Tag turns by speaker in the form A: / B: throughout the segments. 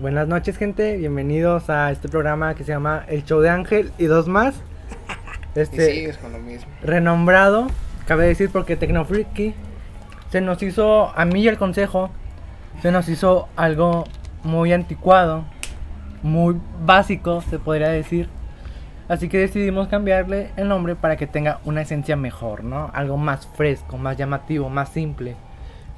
A: Buenas noches, gente. Bienvenidos a este programa que se llama El Show de Ángel y dos más.
B: Y
A: Este
B: sigues con lo mismo.
A: renombrado, cabe decir porque Tecnofreaky se nos hizo a mí y al consejo se nos hizo algo muy anticuado, muy básico, se podría decir. Así que decidimos cambiarle el nombre para que tenga una esencia mejor, ¿no? Algo más fresco, más llamativo, más simple.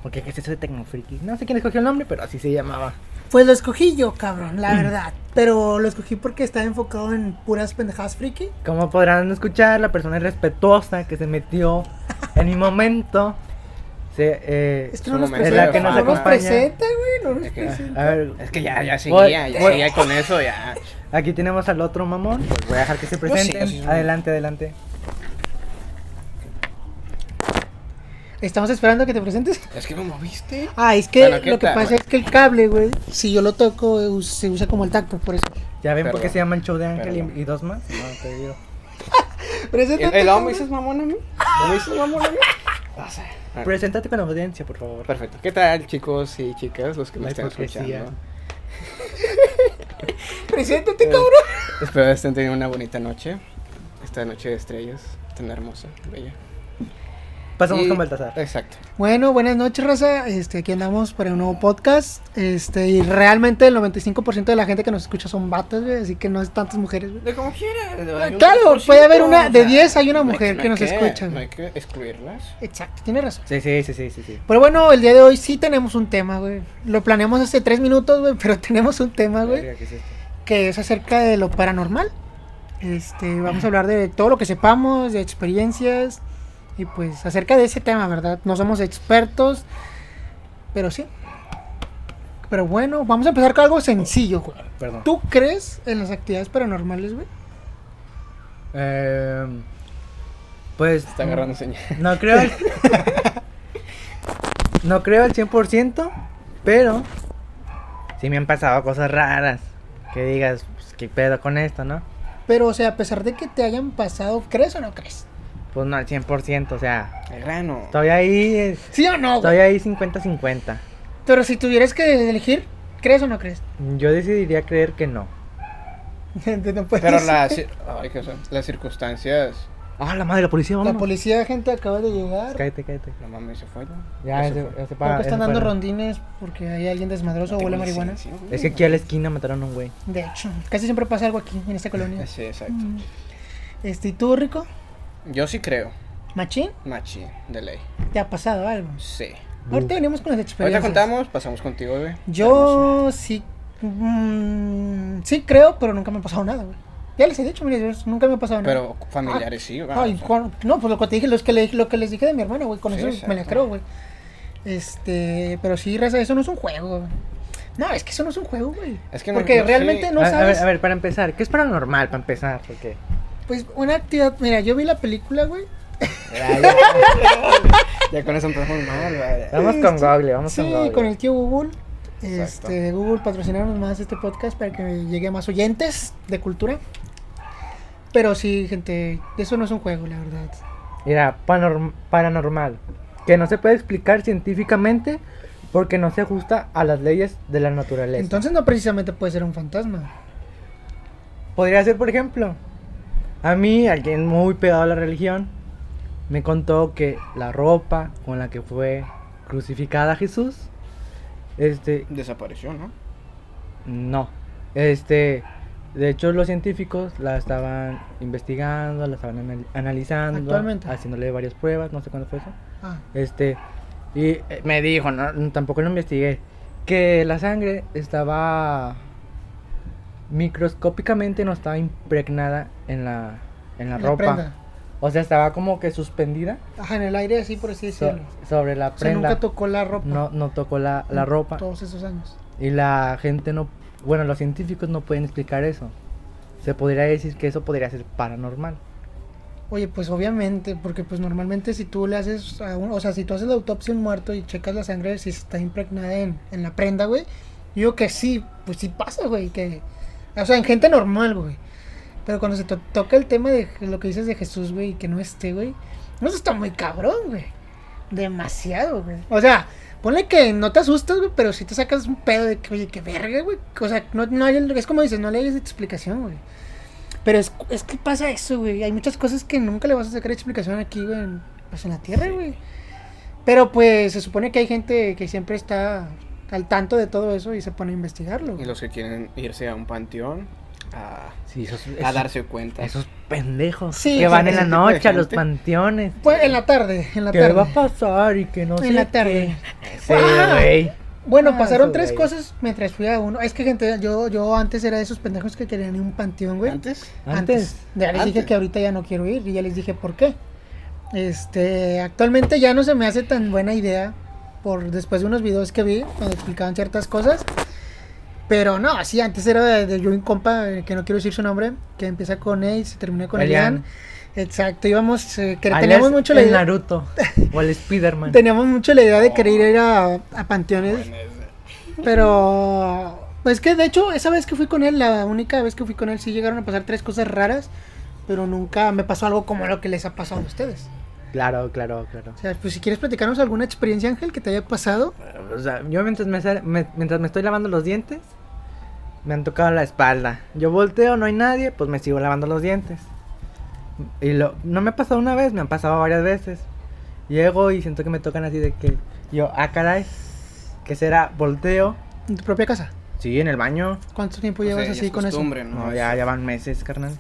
A: Porque ¿qué es eso de Tecnofreaky? No sé quién escogió el nombre, pero así se llamaba.
C: Pues lo escogí yo, cabrón, la verdad. Pero lo escogí porque está enfocado en puras pendejadas friki.
A: Como podrán escuchar, la persona irrespetuosa que se metió en mi momento. Se, eh,
C: Es que
B: Su
C: no nos
B: momento
A: de
C: presenta,
A: que nos
C: no nos
A: acompaña.
C: presenta, güey. No nos
B: Es que-
C: presenta.
A: a ver,
B: Es que ya, ya
A: Voy-
B: seguía, ya
A: voy-
B: seguía con eso, ya. Pues
A: aquí tenemos al otro mamón. Pues voy a dejar que se
B: Yo Oh, sí, yo
A: presenten.
B: sí soy-
A: adelante, adelante.
C: Estamos esperando a que te presentes.
B: Es que me moviste.
C: Ah, es que
B: Bueno, ¿qué
C: lo que
B: tal,
C: pasa
B: güey?
C: es que el cable, güey, si yo lo toco, eh, us- se usa como el tacto, por eso.
A: Ya ven por qué
B: Perdón,
A: se llaman show de ángel y-
B: perdón.
A: y, dos más. No, te digo.
B: ¿El,
C: Preséntate.
B: el
C: cabrón.
B: me dices mamón a mí? ¿No me dices mamón a mí? O sea, ah,
A: Preséntate con la audiencia, por favor.
B: perfecto. ¿Qué tal, chicos y chicas, los que me
A: La
B: están
A: hipocresía.
B: escuchando?
C: Preséntate,
B: Eh,
C: cabrón.
B: Espero estén teniendo una bonita noche. Esta noche de estrellas, tan hermosa, bella.
A: Pasamos
B: Y-
A: con Baltasar.
B: Exacto.
C: Bueno, buenas noches, raza. Este, aquí andamos para un nuevo podcast. Este, y realmente el 95% de la gente que nos escucha son vatos, güey, así que no es tantas mujeres, güey.
B: De como quiera.
C: Claro, puede haber una- de 10 hay una mujer que nos escucha.
B: No hay que excluirlas.
C: Exacto, tiene razón.
A: Sí, sí, sí, sí, sí. sí.
C: Pero bueno, el día de hoy sí tenemos un tema, güey. Lo planeamos hace tres minutos, güey, pero tenemos un tema, güey,
A: Verga, ¿qué es este. esto?
C: que es acerca de lo paranormal. Este, vamos a hablar de todo lo que sepamos, de experiencias y pues acerca de ese tema, ¿verdad? No somos expertos, pero sí. Pero bueno, vamos a empezar con algo sencillo, güey.
A: Perdón.
C: ¿Tú crees en las actividades paranormales, güey?
A: Eh, pues.
B: Está agarrando señal.
A: No creo. al- no creo al 100%, pero sí me han pasado cosas raras. Que digas, pues, ¿qué pedo con esto, no?
C: Pero, o sea, a pesar de que te hayan pasado, ¿crees o no crees?
A: Pues no al 100%, o sea,
B: El grano.
A: estoy ahí, eh,
C: ¿Sí o no,
A: estoy
C: güey?
A: ahí 50-50.
C: Pero si tuvieras que elegir, ¿crees o no crees?
A: Yo decidiría creer que no.
C: no puedes.
B: Pero las, ay, qué son, las circunstancias.
A: ¡Ah, la madre, la policía,
C: La
A: vamos!
C: policía, gente, acaba de llegar.
A: Cállate, cállate.
B: No mames, se fue. ¿no?
A: Ya,
B: se
A: ese-
B: fue.
A: ese
C: Creo
A: pa-
C: que
A: ese
C: están dando
A: fuera.
C: rondines porque hay alguien desmadroso o
B: Tengo
C: huele a marihuana.
B: licencia, güey.
A: Es que aquí a la esquina mataron a un güey.
C: De hecho, casi siempre pasa algo aquí, en esta colonia.
B: Ah, Sí, exacto.
C: Mm. Este, ¿y tú, Rico?
B: Yo sí creo,
C: ¿Machín?
B: machi, de ley.
C: ¿Te ha pasado algo?
B: Sí.
C: Ahorita venimos con las
B: Ahorita
C: experiencias.
B: contamos, pasamos contigo, güey.
C: Yo sí. mm, sí creo, pero nunca me ha pasado nada, güey. Ya les he dicho, mira, nunca me ha pasado nada.
B: Pero familiares sí, va,
C: Ay,
B: o sea,
C: con- no, pues lo que te dije, los que le- lo que les dije de mi hermana, güey, con
B: Sí,
C: eso me la
B: exacto.
C: creo, güey. Este, pero sí, raza, eso no es un juego. No, es que eso no es un juego, güey.
B: Es que no-
C: Porque
B: no sé.
C: realmente no
A: a, a
C: sabes.
A: ver, a ver, para empezar, ¿qué es paranormal para empezar? Porque...
C: Pues una actividad, mira, yo vi la película, güey.
B: Ya, ya, ya con eso empezamos mal, güey.
A: Vamos con Google, vamos
C: Este, Sí,
A: con Google.
C: con el tío Google.
B: Exacto.
C: Este, Google patrocinaron más este podcast para que llegue a más oyentes de cultura. Pero sí, gente, eso no es un juego, la verdad.
A: Mira, panorm- paranormal. Que no se puede explicar científicamente porque no se ajusta a las leyes de la naturaleza.
C: Entonces no precisamente puede ser un fantasma.
A: podría ser, por ejemplo, a mí, alguien muy pegado a la religión, me contó que la ropa con la que fue crucificada Jesús, este,
B: Desapareció, ¿no?
A: no. Este, de hecho, los científicos la estaban investigando, la estaban anal- analizando,
C: Actualmente.
A: haciéndole varias pruebas, no sé cuándo fue eso.
C: Ah,
A: Este, y eh, me dijo, no, no, tampoco lo investigué, que la sangre estaba microscópicamente no estaba impregnada en la, en la,
C: la
A: ropa.
C: prenda.
A: O sea, estaba como que suspendida
C: Ajá, en el aire, así por así
A: so-
C: decirlo.
A: sobre la
C: o sea,
A: prenda.
C: nunca tocó la ropa.
A: no, no tocó la, la ropa.
C: Todos esos años.
A: Y la gente no, bueno, los científicos no pueden explicar eso. Se podría decir que eso podría ser paranormal.
C: Oye, pues obviamente, porque pues normalmente si tú le haces, a un- o sea, si tú haces la autopsia a un muerto y checas la sangre, si está impregnada en, en la prenda, güey, yo que sí, pues sí pasa, güey, que, o sea, en gente normal, güey. Pero cuando se to- toca el tema de lo que dices de Jesús, güey, y que no esté, güey, no, eso está muy cabrón, güey. Demasiado, güey. O sea, Ponle que no te asustas, güey, pero si te sacas un pedo de que, oye, qué verga, güey. O sea, no, no hay, es como dices, no le hayas explicación, güey. Pero es, es que pasa eso, güey. Hay muchas cosas que nunca le vas a sacar explicación aquí, güey, en, pues en la tierra, güey. Pero pues se supone que hay gente que siempre está al tanto de todo eso y se pone a investigarlo.
B: Y
C: güey.
B: los que quieren irse a un panteón a,
A: Sí, esos,
B: a
A: esos-
B: darse cuenta.
A: esos pendejos
C: Sí,
A: que
C: sí,
A: van en
B: ese
A: la
B: tipo de
A: noche a los
B: gente.
A: panteones.
C: Pues en la tarde, en la
A: ¿Qué
C: tarde.
A: va a pasar y que no sé
C: en la tarde.
A: qué? Sí,
C: Ah.
A: güey.
C: Bueno,
A: Ah,
C: pasaron
A: eso,
C: tres
A: güey.
C: cosas mientras fui a uno. Es que, gente, yo, yo antes era de esos pendejos que querían ir a un panteón, güey.
B: Antes,
A: Antes.
C: Ya les dije
B: Antes.
C: que ahorita ya no quiero ir y ya les dije por qué. Este, actualmente ya no se me hace tan buena idea por después de unos videos que vi donde explicaban ciertas cosas. Pero no, sí, antes era de, de yo y un compa, eh, que no quiero decir su nombre, que empieza con E y se termina con
A: Elian.
C: Elian. Exacto, íbamos, eh, que
A: Alias
C: teníamos mucho la
A: el
C: idea.
A: Naruto o el Spiderman.
C: Teníamos mucho la idea de querer ir a, a panteones, pero es que de hecho esa vez que fui con él, la única vez que fui con él sí llegaron a pasar tres cosas raras, pero nunca me pasó algo como lo que les ha pasado a ustedes.
A: Claro, claro, claro.
C: O sea, pues si quieres platicarnos alguna experiencia Ángel que te haya pasado,
A: O sea, yo mientras me, sal- me- mientras me estoy lavando los dientes, me han tocado la espalda. Yo volteo, no hay nadie, pues me sigo lavando los dientes. Y lo, no me ha pasado una vez, me han pasado varias veces. Llego y siento que me tocan así de que yo, ah, caray, ¿qué será? Volteo.
C: en tu propia casa.
A: Sí, en el baño.
C: ¿Cuánto tiempo
B: O sea,
C: llevas
B: ya
C: pues así
B: es
C: con eso?
B: costumbre, ¿no?
A: No, ya, ya van meses, carnal.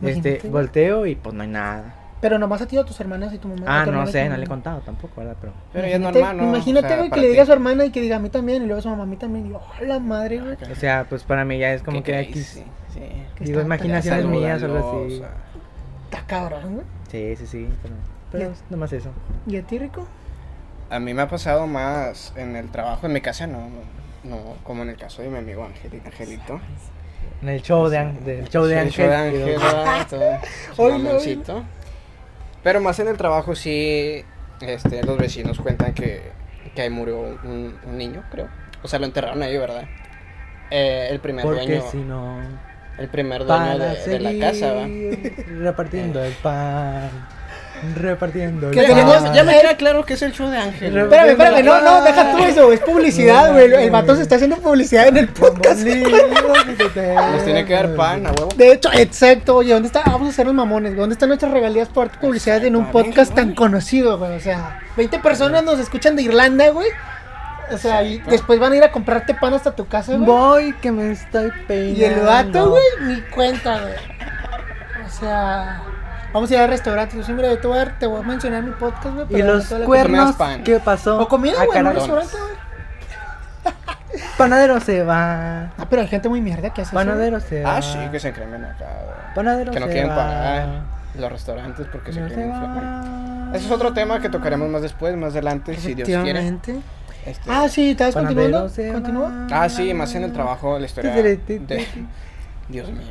C: Imagínate,
A: Este,
C: güey.
A: volteo y pues no hay nada.
C: Pero nomás a ti o a tus hermanas y tu mamá.
A: Ah,
C: tu
A: no
C: hermana y
A: sé,
C: tu
A: no le he
C: mamá.
A: contado tampoco, ¿verdad? Pero
B: Pero ya es
C: Imagínate-
B: normal, ¿no?
C: Imagínate,
B: O sea,
C: güey, que
B: para
C: le diga a su
B: ti.
C: hermana y que diga a mí también, y luego a su mamá a mí también, y yo, "A la madre, güey.
B: Acá.
A: O sea, pues para mí ya es como
B: ¿Qué
A: que
B: crees?
A: X.
B: Sí, sí.
C: Que
A: Digo,
C: está-
A: imaginaciones
B: Salúdalo,
A: mías o algo así.
B: o sea,
C: Está cabrón, güey.
A: Sí, sí, sí. Pero, pero
C: Ya.
A: es nomás eso.
C: ¿Y a ti, Rico?
B: A mí me ha pasado más en el trabajo, en mi casa no, no, no, como en el caso de mi amigo Angeli- Angelito.
A: En el show de, Ang- del show de
B: Sí,
A: Ángel.
B: el show de Ángel, ah, todo, su
C: Oye,
B: mamoncito. Pero más en el trabajo sí, este, los vecinos cuentan que, que ahí murió un, un niño, creo. O sea, lo enterraron ahí, ¿verdad? Eh, el primer
A: Porque
B: dueño,
A: si no.
B: el primer dueño
A: Para
B: de, de
A: seguir
B: la casa, ¿va?
A: repartiendo el pan. Repartiendo el
B: Que
C: Ya
A: pan.
B: tenemos-
C: tenemos-
B: ya me queda claro que es el show de Ángel.
A: Re-
B: ¿no?
C: Espérame, espérame, no, no, deja tú eso, es publicidad, güey. El vato se está haciendo publicidad en el podcast.
B: Nos tiene que dar pan a huevo.
C: De hecho, exacto, oye, ¿dónde está? Vamos a hacer los mamones, güey. ¿Dónde están nuestras regalías por hacer publicidad en un podcast tan conocido, güey? O sea, 20 personas nos escuchan de Irlanda, güey. O sea, y después van a ir a comprarte pan hasta tu casa, güey.
A: Voy que me estoy peinando.
C: Y el vato, güey, ni cuenta, güey. O sea, vamos a ir al restaurante. Yo sí, mira, yo te voy a, dar- te voy a mencionar mi podcast, güey.
A: Y
C: pero
A: los
C: toda la-
A: cuernos.
B: pan.
A: ¿Qué pasó?
C: O comida,
A: Ah,
C: güey, en un
A: caray.
C: restaurante, güey.
A: Panadero se va.
C: Ah, pero hay gente muy mierda que hace eso, güey.
A: Panadero se va.
B: Ah, sí, que se incremen acá.
A: Panadero
B: Que no
A: se
B: quieren
A: va.
B: pagar los restaurantes porque se
A: No se
B: quieren inflamar.
A: va.
B: Eso es otro tema que tocaremos más después, más adelante, si Dios quiere.
C: Efectivamente.
B: Este,
C: Ah, sí, ¿estabas
A: Panadero
C: continuando?
A: se
C: ¿Continúa?
A: va.
B: ah, sí, más en el trabajo, la historia
A: Tiri,
B: de...
A: tiri, tiri.
B: Dios mío.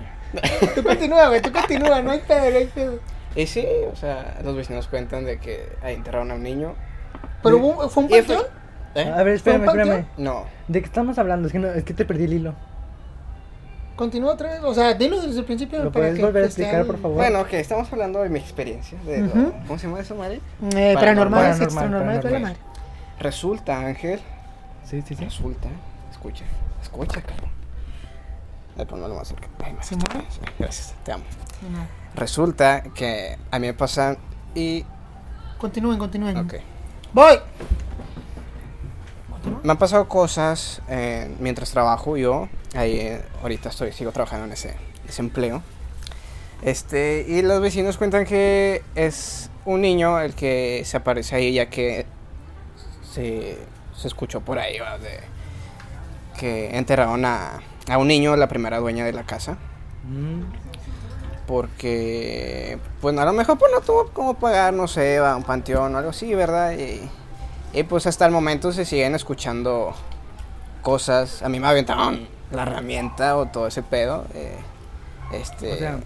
C: Tú continúa, güey, tú continúa, no hay pedo, no hay pedo.
B: Y sí, o sea, los vecinos cuentan de que ahí enterraron a un niño.
C: ¿Pero hubo- fue un
B: Y fue-
C: panteón?
B: ¿Eh?
A: A ver, espérame,
C: ¿Fue un
A: espérame.
B: No.
A: ¿De qué estamos hablando? Es que, no, es que te perdí el hilo.
C: Continúa otra vez, o sea, dilo desde el principio.
A: ¿Lo
C: para
A: puedes
C: que
A: volver a
C: esté
A: explicar,
C: al-
A: por favor?
B: Bueno, ok, estamos hablando de mi experiencia. De lo-
C: Ujú.
B: ¿Cómo se llama eso, Mari?
C: Eh, paranormal,
A: Paranormal,
C: es extranormal,
A: paranormal.
C: toda la madre.
B: Resulta, Ángel.
A: Sí, sí, sí.
B: Resulta. Escucha. Escucha, cabrón. Ay, ponlo más cerca. Ay, más
C: ¿Se
B: cerca.
C: mueve?
B: Sí, Gracias, te amo. Resulta que a mí me pasan y...
C: Continúen, continúen.
B: Ok.
C: Voy.
B: Me han pasado cosas eh, mientras trabajo yo. Ahí eh, ahorita estoy, sigo trabajando en ese, ese empleo. Este, y los vecinos cuentan que es un niño el que se aparece ahí ya que se, se escuchó por ahí ¿va? de que enterraron a, a un niño, la primera dueña de la casa.
A: Mm,
B: Porque, pues a lo mejor pues, no tuvo cómo pagar, no sé, a un panteón o algo así, ¿verdad? Y, y, pues hasta el momento se siguen escuchando cosas. A mí me aventaron la herramienta o todo ese pedo. eh, este,
A: O sea,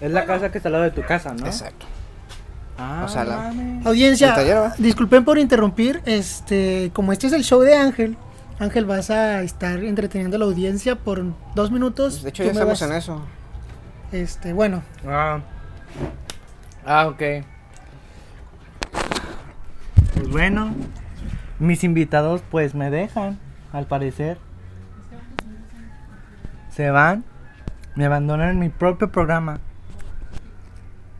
A: es la casa que está al lado de tu casa, ¿no?
B: exacto.
A: Ah,
B: o sea, la-
A: mames.
C: Audiencia,
B: El taller, ¿va?
C: disculpen por interrumpir, este, como este es el show de Ángel, Ángel vas a estar entreteniendo a la audiencia por dos minutos.
A: Pues,
B: De hecho,
C: tú
B: ya
C: me
B: estamos
C: vas-
B: en eso.
C: Este, bueno,
A: Ah. Ah, ok. Pues bueno, Mis invitados pues me dejan, al parecer. Se van, me abandonan en mi propio programa.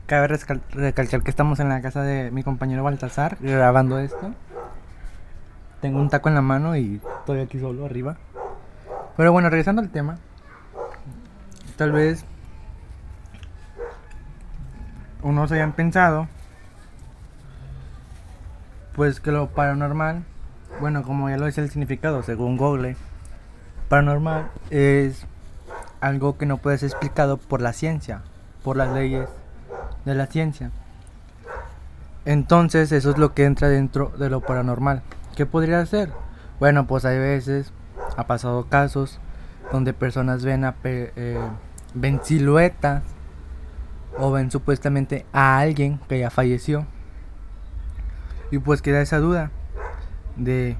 A: Cabe rescal- recalcar que estamos en la casa de mi compañero Baltasar grabando esto. Tengo un taco en la mano y estoy aquí solo arriba. Pero bueno, regresando al tema. Tal vez unos hayan pensado pues que lo paranormal, bueno, como ya lo dice el significado, según Google, paranormal es algo que no puede ser explicado por la ciencia, por las leyes de la ciencia. Entonces, eso es lo que entra dentro de lo paranormal. ¿Qué podría ser? Bueno, pues hay veces, ha pasado casos donde personas ven, a pe- eh, ven siluetas o ven supuestamente a alguien que ya falleció. Y pues queda esa duda de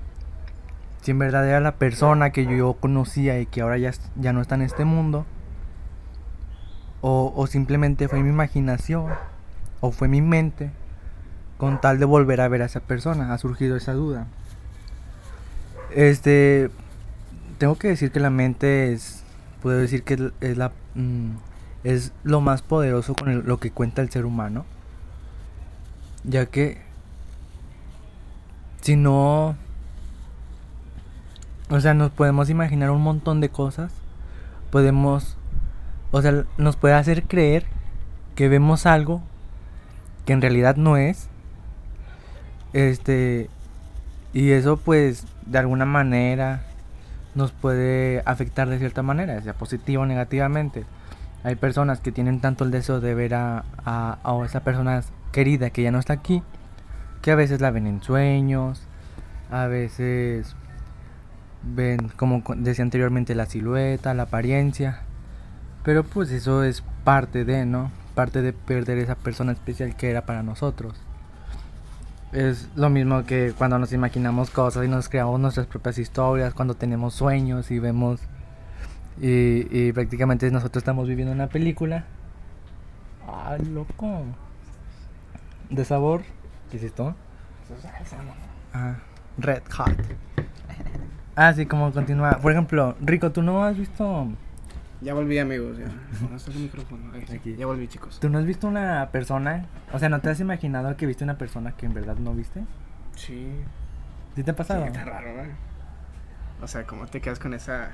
A: si en verdad era la persona que yo conocía y que ahora ya, es- ya no está en este mundo. O, o simplemente fue mi imaginación o fue mi mente con tal de volver a ver a esa persona. Ha surgido esa duda. Este, tengo que decir que la mente es, puedo decir que es, es la, mm, es lo más poderoso con el- lo que cuenta el ser humano. Ya que si no, o sea, nos podemos imaginar un montón de cosas. Podemos, o sea, nos puede hacer creer que vemos algo que en realidad no es. Este, y eso pues de alguna manera nos puede afectar de cierta manera, sea positivo o negativamente. Hay personas que tienen tanto el deseo de ver a, a, a esa persona querida que ya no está aquí, que a veces la ven en sueños, a veces ven, como cu- decía anteriormente, la silueta, la apariencia. Pero pues eso es parte de, ¿no? Parte de perder esa persona especial que era para nosotros. Es lo mismo que cuando nos imaginamos cosas y nos creamos nuestras propias historias, cuando tenemos sueños y vemos... Y, y prácticamente nosotros estamos viviendo una película. ¡Ah, loco! De sabor. ¿Qué es esto? Ah, Red Hot. Ah, sí, como continúa. Por ejemplo, Rico, ¿tú no has visto...
B: Ya volví, amigos. Ya. Ahora está el micrófono. Ahí sí.
A: Aquí.
B: Ya volví, chicos.
A: ¿Tú no has visto una persona? O sea, ¿no te has imaginado que viste una persona que en verdad no viste?
B: Sí.
A: ¿Sí te ha
B: Sí,
A: pasado?
B: está raro, ¿verdad? O sea, ¿cómo te quedas con esa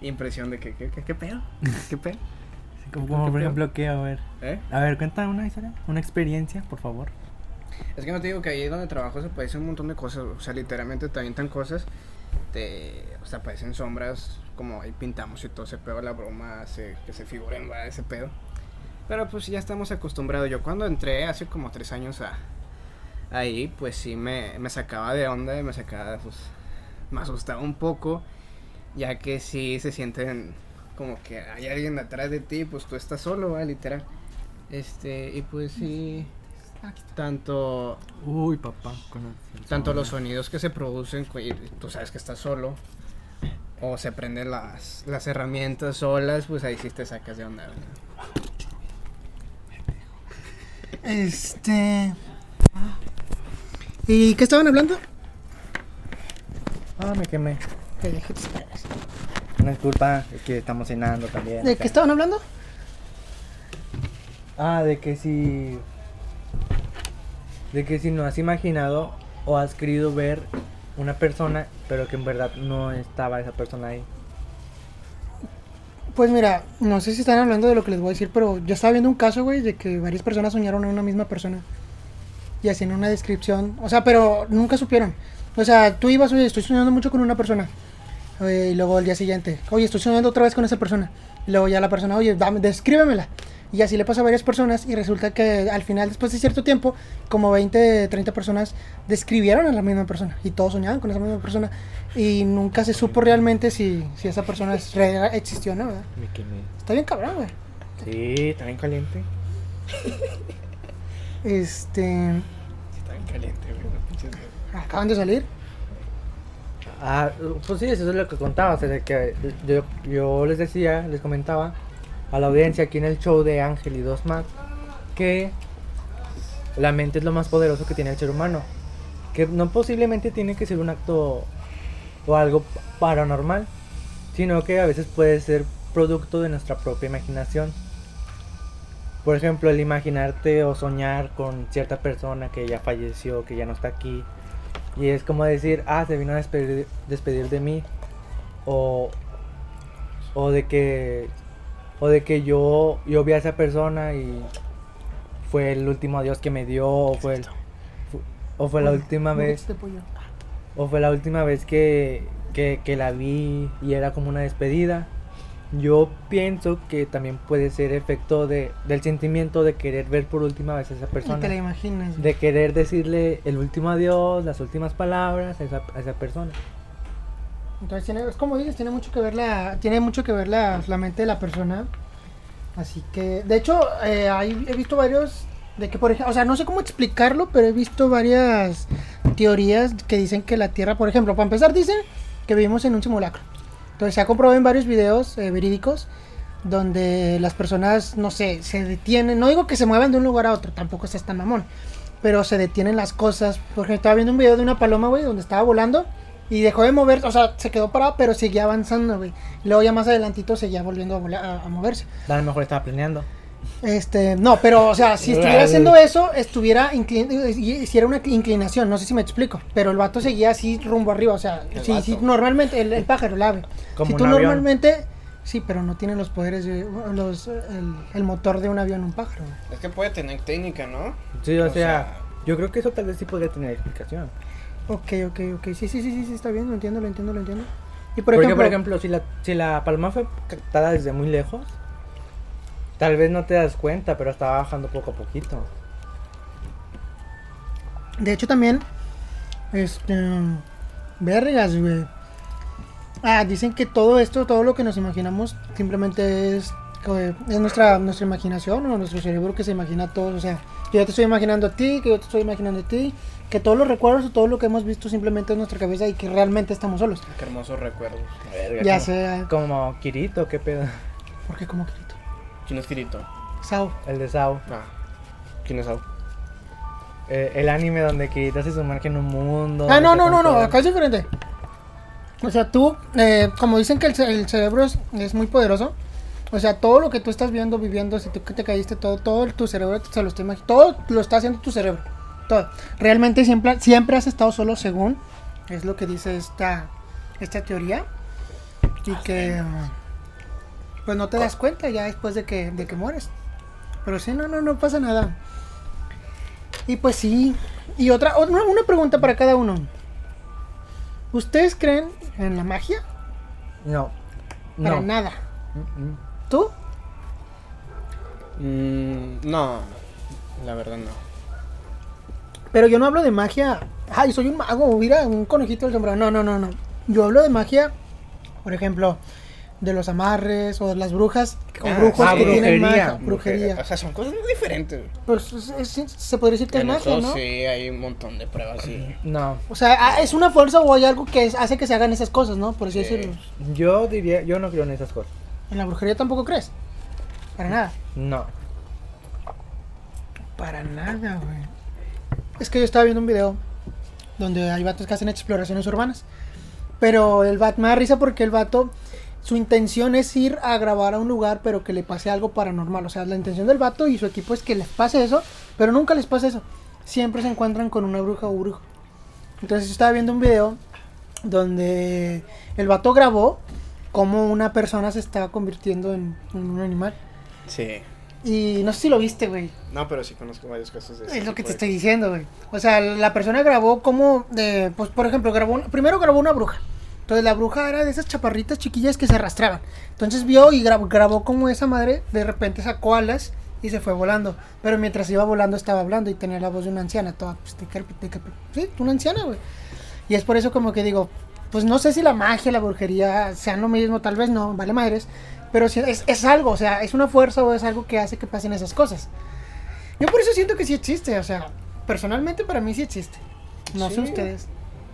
B: impresión de que, que, que- qué pedo? ¿Qué pedo?
A: Sí, como, como, por ejemplo, ¿qué? A ver.
B: ¿Eh?
A: A ver, cuenta una historia, una experiencia, por favor.
B: Es que no te digo que ahí donde trabajo se aparecen un montón de cosas, o sea, literalmente te avientan cosas, te, o sea, aparecen sombras, como ahí pintamos y todo ese pedo, la broma hace que se figuren, ¿verdad? Ese pedo. Pero pues ya estamos acostumbrados. Yo cuando entré hace como tres años a ahí, pues sí me, me sacaba de onda, me sacaba, pues, me asustaba un poco, ya que sí se sienten como que hay alguien atrás de ti, pues tú estás solo, ¿verdad? Literal. Este, y pues sí, tanto
A: Uy, papá.
B: tanto los sonidos que se producen, cu- y tú sabes que estás solo, o se prenden las, las herramientas solas, pues ahí sí te sacas de onda. ¿verdad?
C: Este. ¿Y qué estaban hablando?
A: Ah, me quemé.
C: Te dejé tus palabras.
A: Una disculpa, es que estamos cenando también.
C: ¿De qué estaban hablando?
A: Ah, de que si. De que si no has imaginado o has querido ver una persona, pero que en verdad no estaba esa persona ahí.
C: Pues mira, no sé si están hablando de lo que les voy a decir, pero yo estaba viendo un caso, güey, de que varias personas soñaron a una misma persona. Y hacían una descripción. O sea, pero nunca supieron. O sea, tú ibas, oye, estoy soñando mucho con una persona. Oye, y luego al día siguiente, oye, estoy soñando otra vez con esa persona. Y luego ya la persona, oye, dame, descríbemela. Y así le pasa a varias personas y resulta que al final, después de cierto tiempo, como 20, 30 personas describieron a la misma persona y todos soñaban con esa misma persona y nunca se supo realmente si, si esa persona es real- existió o no, ¿verdad?
A: Me quemé.
C: Está bien cabrón, güey.
A: Sí, también caliente.
C: Este.
B: Sí, Está bien caliente, güey, no pinches, güey.
C: Acaban de salir.
A: Ah, pues sí, eso es lo que contaba. O sea, de que yo, yo les decía, les comentaba a la audiencia aquí en el show de Ángel y dos más que la mente es lo más poderoso que tiene el ser humano. que no posiblemente tiene que ser un acto o algo paranormal, sino que a veces puede ser producto de nuestra propia imaginación. Por ejemplo, el imaginarte o soñar con cierta persona que ya falleció, que ya no está aquí. Y es como decir, ah, se vino a despedir, despedir de mí. O, o de que o de que yo yo vi a esa persona y fue el último adiós que me dio o fue el- fu- o fue la última vez
C: Este pollo.
A: o fue la última vez que, que, que la vi y era como una despedida. Yo pienso que también puede ser efecto de, del sentimiento de querer ver por última vez a esa
C: Y te la
A: persona.
C: imaginas. güey.
A: De querer decirle el último adiós, las últimas palabras a esa, a esa persona.
C: Entonces tiene, es como dices, tiene mucho que ver la, tiene mucho que ver la, la mente de la persona. Así que, de hecho, eh, ahí he visto varios de que por ejemplo, o sea, no sé cómo explicarlo, pero he visto varias teorías que dicen que la Tierra, por ejemplo, para empezar dicen que vivimos en un simulacro. Entonces se ha comprobado en varios videos eh, verídicos donde las personas, no sé, se detienen, no digo que se muevan de un lugar a otro, tampoco es tan mamón, pero se detienen las cosas. Porque estaba viendo un video de una paloma, güey, donde estaba volando y dejó de moverse, o sea, se quedó parada, pero seguía avanzando, güey. Luego ya más adelantito seguía volviendo a, vola- a- a moverse.
A: A lo mejor estaba planeando.
C: Este, no, pero, o sea, si estuviera haciendo eso, estuviera inclin- eh, hiciera una inclinación, no sé si me explico, pero el vato seguía así rumbo arriba, o sea,
B: El
C: sí, sí,
B: vato.
C: normalmente, el, el pájaro, el ave.
A: Como
C: si
A: un
C: tú
A: avión.
C: normalmente, sí, pero no tiene los poderes, de, los, el, el motor de un avión, un pájaro. güey.
B: Es que puede tener técnica, ¿no?
A: Sí, o,
B: O
A: sea,
B: sea-
A: yo creo que eso tal vez sí podría tener explicación.
C: Ok, ok, ok, sí, sí, sí, sí, sí, está bien, lo entiendo, lo entiendo, lo entiendo. Y
A: Por
C: por,
A: Porque,
C: ejemplo,
A: por ejemplo, si la, si la paloma fue captada desde muy lejos, tal vez no te das cuenta, pero estaba bajando poco a poquito.
C: De hecho, también. Este. Vergas, güey. Ah, dicen que todo esto, todo lo que nos imaginamos, simplemente es. eh, Es nuestra, nuestra imaginación o nuestro cerebro que se imagina todo. O sea, yo ya te estoy imaginando a ti, que yo te estoy imaginando a ti. Que todos los recuerdos o todo lo que hemos visto simplemente es nuestra cabeza y que realmente estamos solos.
B: Ah, Qué hermosos recuerdos.
A: Verga,
C: Ya
A: como-
C: sea.
A: Como Kirito, qué pedo.
C: Porque como Kirito.
B: ¿Quién es Kirito?
C: Sao.
A: El de Sao.
B: Ah. ¿Quién es Au?
A: Eh, el anime donde Kirito se sumerge en un mundo.
C: Ah, no,
A: donde
C: no,
A: se
C: no, no,
A: controla.
C: acá es diferente. O sea, tú, eh, como dicen que el, ce- el cerebro es, es muy poderoso, o sea, todo lo que tú estás viendo, viviendo, si tú que te caíste, todo, todo el- tu cerebro se lo está imagi- todo lo está haciendo tu cerebro, todo. Realmente siempre, siempre has estado solo según, es lo que dice esta, esta teoría, y que, pues no te das cuenta ya después de que, de que mueres. Pero sí, no, no, no pasa nada. Y pues sí. Y otra, o- una, una pregunta para cada uno. ¿Ustedes creen en la magia?
A: No.
C: Para
A: No.
C: nada.
A: Mm, mm.
C: ¿Tú?
B: Mm, no, la verdad no.
C: Pero yo no hablo de magia. Ay, soy un mago, mira, un conejito del sombrero. No, no, no, no. Yo hablo de magia, por ejemplo, de los amarres o de las brujas o
B: Ah,
C: brujos
A: ah,
C: que
A: brujería,
C: tienen magia. Brujería.
B: O sea, son cosas muy diferentes.
C: Pues es- es- se podría decir que es
B: En
C: magia,
B: eso
C: ¿no?
B: sí, hay un montón de pruebas y...
A: No.
C: O sea, ah, es una fuerza o hay algo que es- hace que se hagan esas cosas, ¿no? Por así
B: Sí.
C: decirlo.
A: Yo diría, yo no creo en esas cosas.
C: ¿En la brujería tampoco crees? Para nada.
A: No.
C: Para nada, güey. Es que yo estaba viendo un video donde hay vatos que hacen exploraciones urbanas. Pero el vato me da risa porque el vato, su intención es ir a grabar a un lugar, pero que le pase algo paranormal. O sea, la intención del vato y su equipo es que les pase eso, pero nunca les pasa eso. Siempre se encuentran con una bruja o brujo. Entonces yo estaba viendo un video donde el vato grabó cómo una persona se estaba convirtiendo en, en un animal.
B: Sí.
C: Y no sé si lo viste, güey.
B: No, pero sí conozco varios casos de
C: Es lo que te estoy diciendo, güey. O sea, la persona grabó como, eh, pues por ejemplo, grabó un- primero grabó una bruja. Entonces la bruja era de esas chaparritas chiquillas que se arrastraban. Entonces vio y grabó, grabó como esa madre de repente sacó alas y se fue volando. Pero mientras iba volando estaba hablando y tenía la voz de una anciana, toda, pues, de carpe- de carpe- sí, una anciana, güey. Y es por eso como que digo, pues no sé si la magia, la brujería sean lo mismo, tal vez no, vale madres. Pero sí es, es algo, o sea, es una fuerza o es algo que hace que pasen esas cosas. Yo por eso siento que sí existe, o sea, personalmente para mí sí existe. No sé
B: Sí.
C: ustedes.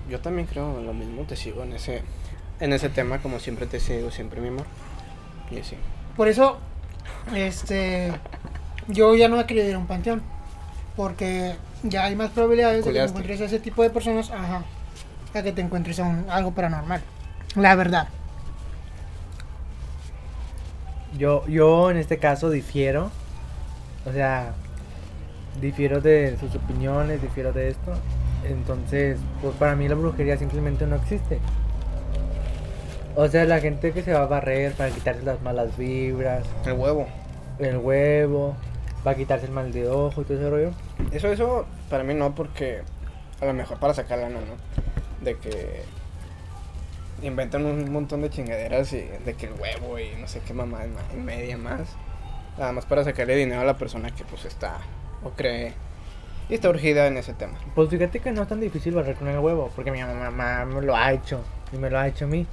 B: Yo también creo lo mismo, te sigo en ese, en ese tema, como siempre te sigo, siempre mi amor. Y sí.
C: Por eso, este, yo ya no he querido ir a un panteón. Porque ya hay más probabilidades de que te
B: Culeaste.
C: encuentres a ese tipo de personas, ajá, a que te encuentres a un- algo paranormal. La verdad.
A: Yo, yo en este caso difiero. O sea, difiero de sus opiniones, difiero de esto. Entonces, pues para mí la brujería simplemente no existe. O sea, la gente que se va a barrer para quitarse las malas vibras,
B: El huevo.
A: el huevo, va a quitarse el mal de ojo y todo ese rollo.
B: Eso, eso, para mí no, porque a lo mejor para sacar lana, ¿no? De que inventan un montón de chingaderas y de que el huevo y no sé qué mamá y media más. Nada más para sacarle dinero a la persona que pues está o cree y está urgida en ese tema.
A: Pues fíjate que no es tan difícil barrer con el huevo, porque mi mamá me lo ha hecho y me lo ha hecho a mí.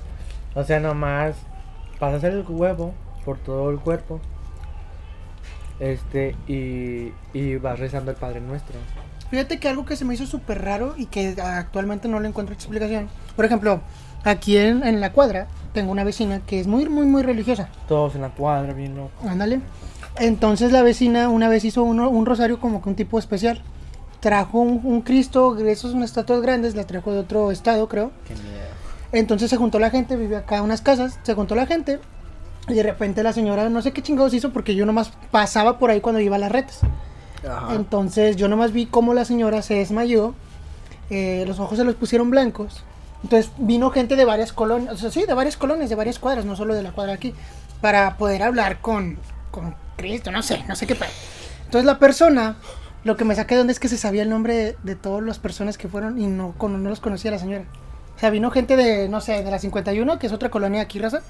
A: O sea, nomás pasas el huevo por todo el cuerpo. Este, y, y vas rezando el Padre Nuestro.
C: Fíjate que algo que se me hizo súper raro y que actualmente no le encuentro explicación. Por ejemplo, aquí en, en la cuadra tengo una vecina que es muy, muy, muy religiosa.
A: Todos en la cuadra, bien loco.
C: Ándale. Entonces la vecina una vez hizo uno- un rosario como que un tipo especial. Trajo un, un Cristo, esos unas estatuas grandes, las trajo de otro estado, creo.
A: Qué miedo.
C: Entonces se juntó la gente, vivió acá en unas casas, se juntó la gente. Y de repente la señora, no sé qué chingados hizo, porque yo nomás pasaba por ahí cuando iba a las retas. Entonces yo nomás vi cómo la señora se desmayó, eh, los ojos se los pusieron blancos. Entonces vino gente de varias colonias, o sea, sí, de varias colonias, de varias cuadras, no solo de la cuadra aquí, para poder hablar con, con Cristo, no sé, no sé qué pedo. Entonces la persona, lo que me saqué de onda es que se sabía el nombre de, de todas las personas que fueron y no, con, no los conocía la señora. O sea, vino gente de, no sé, de la 51, que es otra colonia aquí, raza,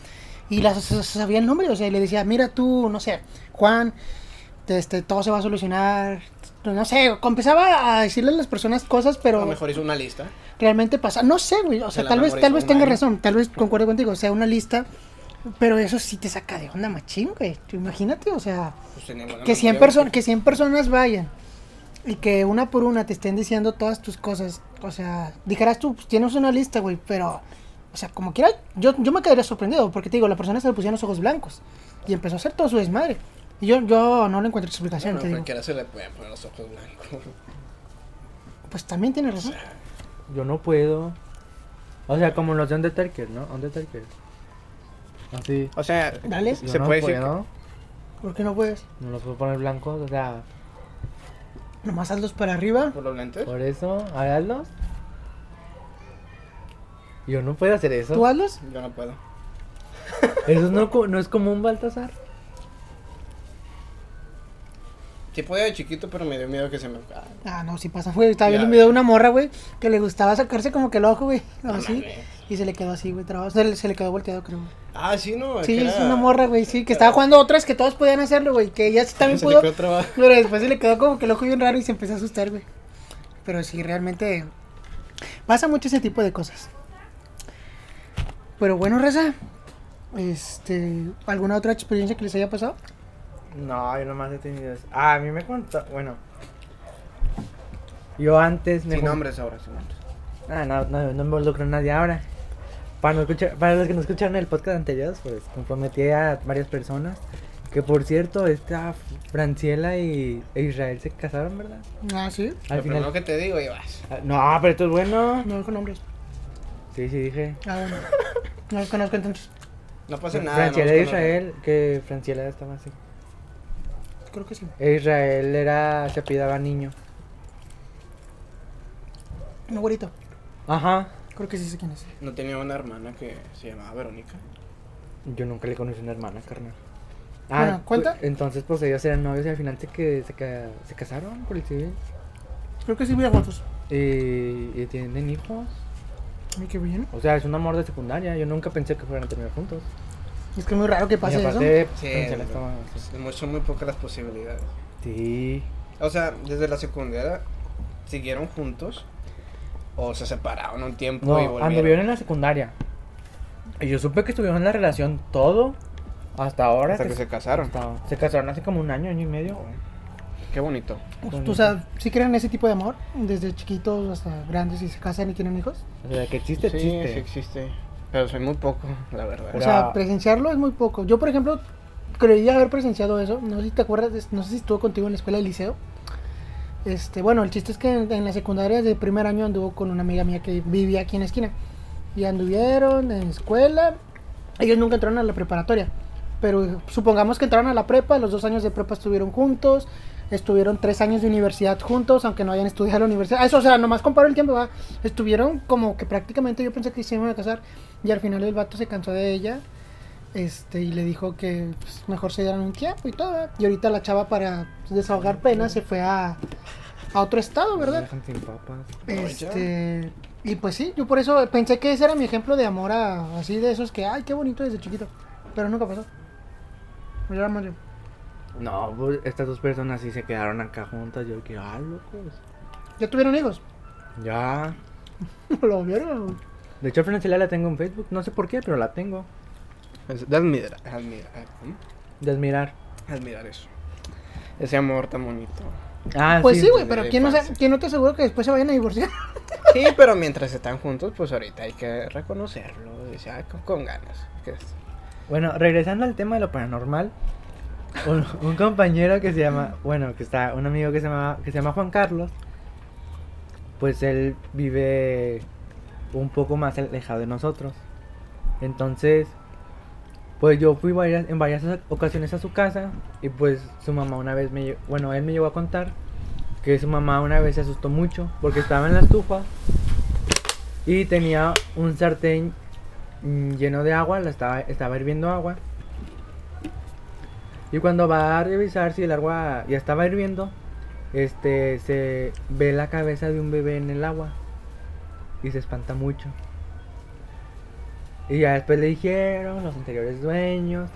C: y las se- se sabía el nombre, o sea, y le decía, mira tú, no sé, Juan, este, todo se va a solucionar. No sé, empezaba a decirle a las personas cosas,
B: A
C: pero
B: lo mejor hizo una lista.
C: realmente pasa. No sé, güey. O
B: Se
C: sea,
B: la
C: tal vez,
B: memorizó
C: tal vez
B: un
C: tenga
B: año.
C: razón. Tal vez concuerdo contigo. O sea, una lista. Pero eso sí te saca de onda, machín, güey. Tú Imagínate, o sea,
B: Pues, tenía buena
C: que 100,
B: memoria,
C: personas
B: porque-
C: que 100 personas vayan y que una por una te estén diciendo todas tus cosas. O sea, dijeras tú, pues, tienes una lista, güey, pero. O sea, como quiera, yo, yo me quedaría sorprendido porque te digo, la persona se le pusieron los ojos blancos y empezó a hacer todo su desmadre. Y yo, yo no le encuentro explicación,
B: Bueno,
C: te digo.
B: cualquiera se le pueden poner los ojos blancos.
C: Pues también tiene razón.
A: Yo no puedo. O sea, como los de Undertaker, ¿no? Undertaker. Así.
B: O sea,
C: Dale.
A: Yo
B: se
A: no
B: puede decir que-
A: puedo.
C: ¿Por qué no puedes?
A: No los puedo poner blancos, o sea,
C: Nomás hazlos para arriba.
B: por los lentes.
A: por eso, háganlos. Yo no puedo hacer eso.
C: ¿Tú hazlos?
B: Yo no puedo.
A: Eso no, co- no es común, Baltasar.
B: Sí podía de chiquito, pero me dio miedo que se me. Ah,
C: Ah, no, sí pasa, güey. Estaba
B: Ya,
C: viendo un
B: güey.
C: video de una morra, güey, que le gustaba sacarse como que el ojo, güey. Así.
B: mames.
C: Y se le quedó así, güey, trabado. Se le, se le quedó volteado, creo. güey.
B: Ah, sí, no.
C: Sí,
B: que
C: es
B: era-
C: una morra, güey, sí, que
B: era-
C: estaba jugando otras que todos podían hacerlo, güey. Que ella sí también
B: Se le
C: pudo.
B: quedó trabado.
C: Pero después se le quedó como que el ojo bien raro y se empezó a asustar, güey. Pero sí, realmente. Pasa mucho ese tipo de cosas. Pero bueno, Raza. Este. ¿Alguna otra experiencia que les haya pasado?
A: No, yo nomás he tenido eso. Ah, a mí me contó. Bueno. Yo antes me.
B: Sin
A: jun-
B: nombres ahora, sin nombres.
A: Ah, no, no, no involucro a nadie ahora. Para, no escuchar, para los que no escucharon el podcast anterior, pues comprometí a varias personas. Que por cierto, esta Franciela y e Israel se casaron, ¿verdad?
C: Ah, sí.
A: Al
B: Lo
A: final.
B: primero que te digo, y vas.
A: Ah, No, pero esto es bueno.
C: No con nombres.
A: Sí, sí, dije.
C: Ah, bueno. No los conozco entonces.
B: No pasa
A: Fr-
B: nada.
A: Franciela
B: no
A: e
B: nos conocen.
A: Israel, que Franciela estaba así.
C: Creo que sí.
A: E Israel era. se apellidaba niño.
C: Un güerito.
A: Ajá.
C: Creo que sí sé quién es.
B: No tenía una hermana que se llamaba Verónica.
A: Yo nunca le conocí una hermana, carnal.
C: Bueno, Ah, ¿cuenta?
A: pues, Entonces, pues ellos eran novios y al final se, que, se, ca- se casaron por el civil.
C: Creo que sí vi a fotos.
A: Y, y tienen hijos.
C: Ay, qué bien.
A: O sea, es un amor de secundaria. Yo nunca pensé que fueran a terminar juntos.
C: Es que es muy raro que pase
A: y
C: eso.
A: aparte,
B: Sí,
A: pues, se la
B: es
A: estaban-
B: Pues, Son muy pocas las posibilidades.
A: Sí.
B: O sea, desde la secundaria siguieron juntos o se separaron un tiempo y
A: No,
B: volvieron.
A: anduvieron en la secundaria. Y yo supe que estuvieron en la relación todo hasta ahora.
B: Hasta que se casaron.
A: hasta- se casaron hace como un año, año y medio.
B: Qué bonito.
C: Pues, ¿Tú sabes si creen ese tipo de amor? Desde chiquitos hasta grandes y se casan y tienen hijos.
A: O sea, que existe,
B: sí,
A: existe.
B: sí existe. Pero soy muy poco, la verdad.
A: O
C: O
A: Era-
C: sea, presenciarlo es muy poco. Yo, por ejemplo, creía haber presenciado eso. No sé si te acuerdas, de- no sé si estuvo contigo en la escuela del liceo. Este, bueno, el chiste es que en, en la secundaria de primer año anduvo con una amiga mía que vivía aquí en la esquina. Y anduvieron en escuela. Ellos nunca entraron a la preparatoria. Pero supongamos que entraron a la prepa, los dos años de prepa estuvieron juntos, estuvieron tres años de universidad juntos, aunque no hayan estudiado en la universidad. Ah, Eso, o sea, nomás comparo el tiempo, ¿va? Estuvieron como que prácticamente yo pensé que sí me iban a casar. Y al final el vato se cansó de ella este y le dijo que pues, mejor se dieran un tiempo y todo. ¿verdad? Y ahorita la chava para desahogar penas se fue a, a otro estado, ¿verdad?
D: Dejan sin papas.
C: Este, y pues sí, yo por eso pensé que ese era mi ejemplo de amor a- así de esos que, ay, qué bonito desde chiquito. Pero nunca pasó. Yo era más yo.
D: No, pues, estas dos personas sí se quedaron acá juntas. Yo que, ah, locos.
C: ¿Ya tuvieron hijos?
D: Ya.
C: Lo vieron.
A: De hecho, Francela la tengo en Facebook. No sé por qué, pero la tengo.
B: Es de admirar. Admirar, ¿eh?
A: De admirar.
B: admirar eso. Ese amor tan bonito.
A: Ah,
C: Pues sí, güey,
B: desde
C: pero
B: la
C: ¿quién no, se-
B: infancia.
C: ¿quién no te aseguro que después se vayan a divorciar?
B: Sí, pero mientras están juntos, pues ahorita hay que reconocerlo. Dice, ah, con, con ganas. que es-
A: Bueno, regresando al tema de lo paranormal, un, un compañero que se llama, bueno, que está, un amigo que se llama, que se llama Juan Carlos, pues él vive un poco más alejado de nosotros. Entonces, pues yo fui varias, en varias ocasiones a su casa y pues su mamá una vez me, lle- bueno, él me llegó a contar que su mamá una vez se asustó mucho porque estaba en la estufa y tenía un sartén mm, lleno de agua, la estaba, estaba hirviendo agua. Y cuando va a revisar si el agua ya estaba hirviendo, este se ve la cabeza de un bebé en el agua y se espanta mucho. Y ya después le dijeron los anteriores dueños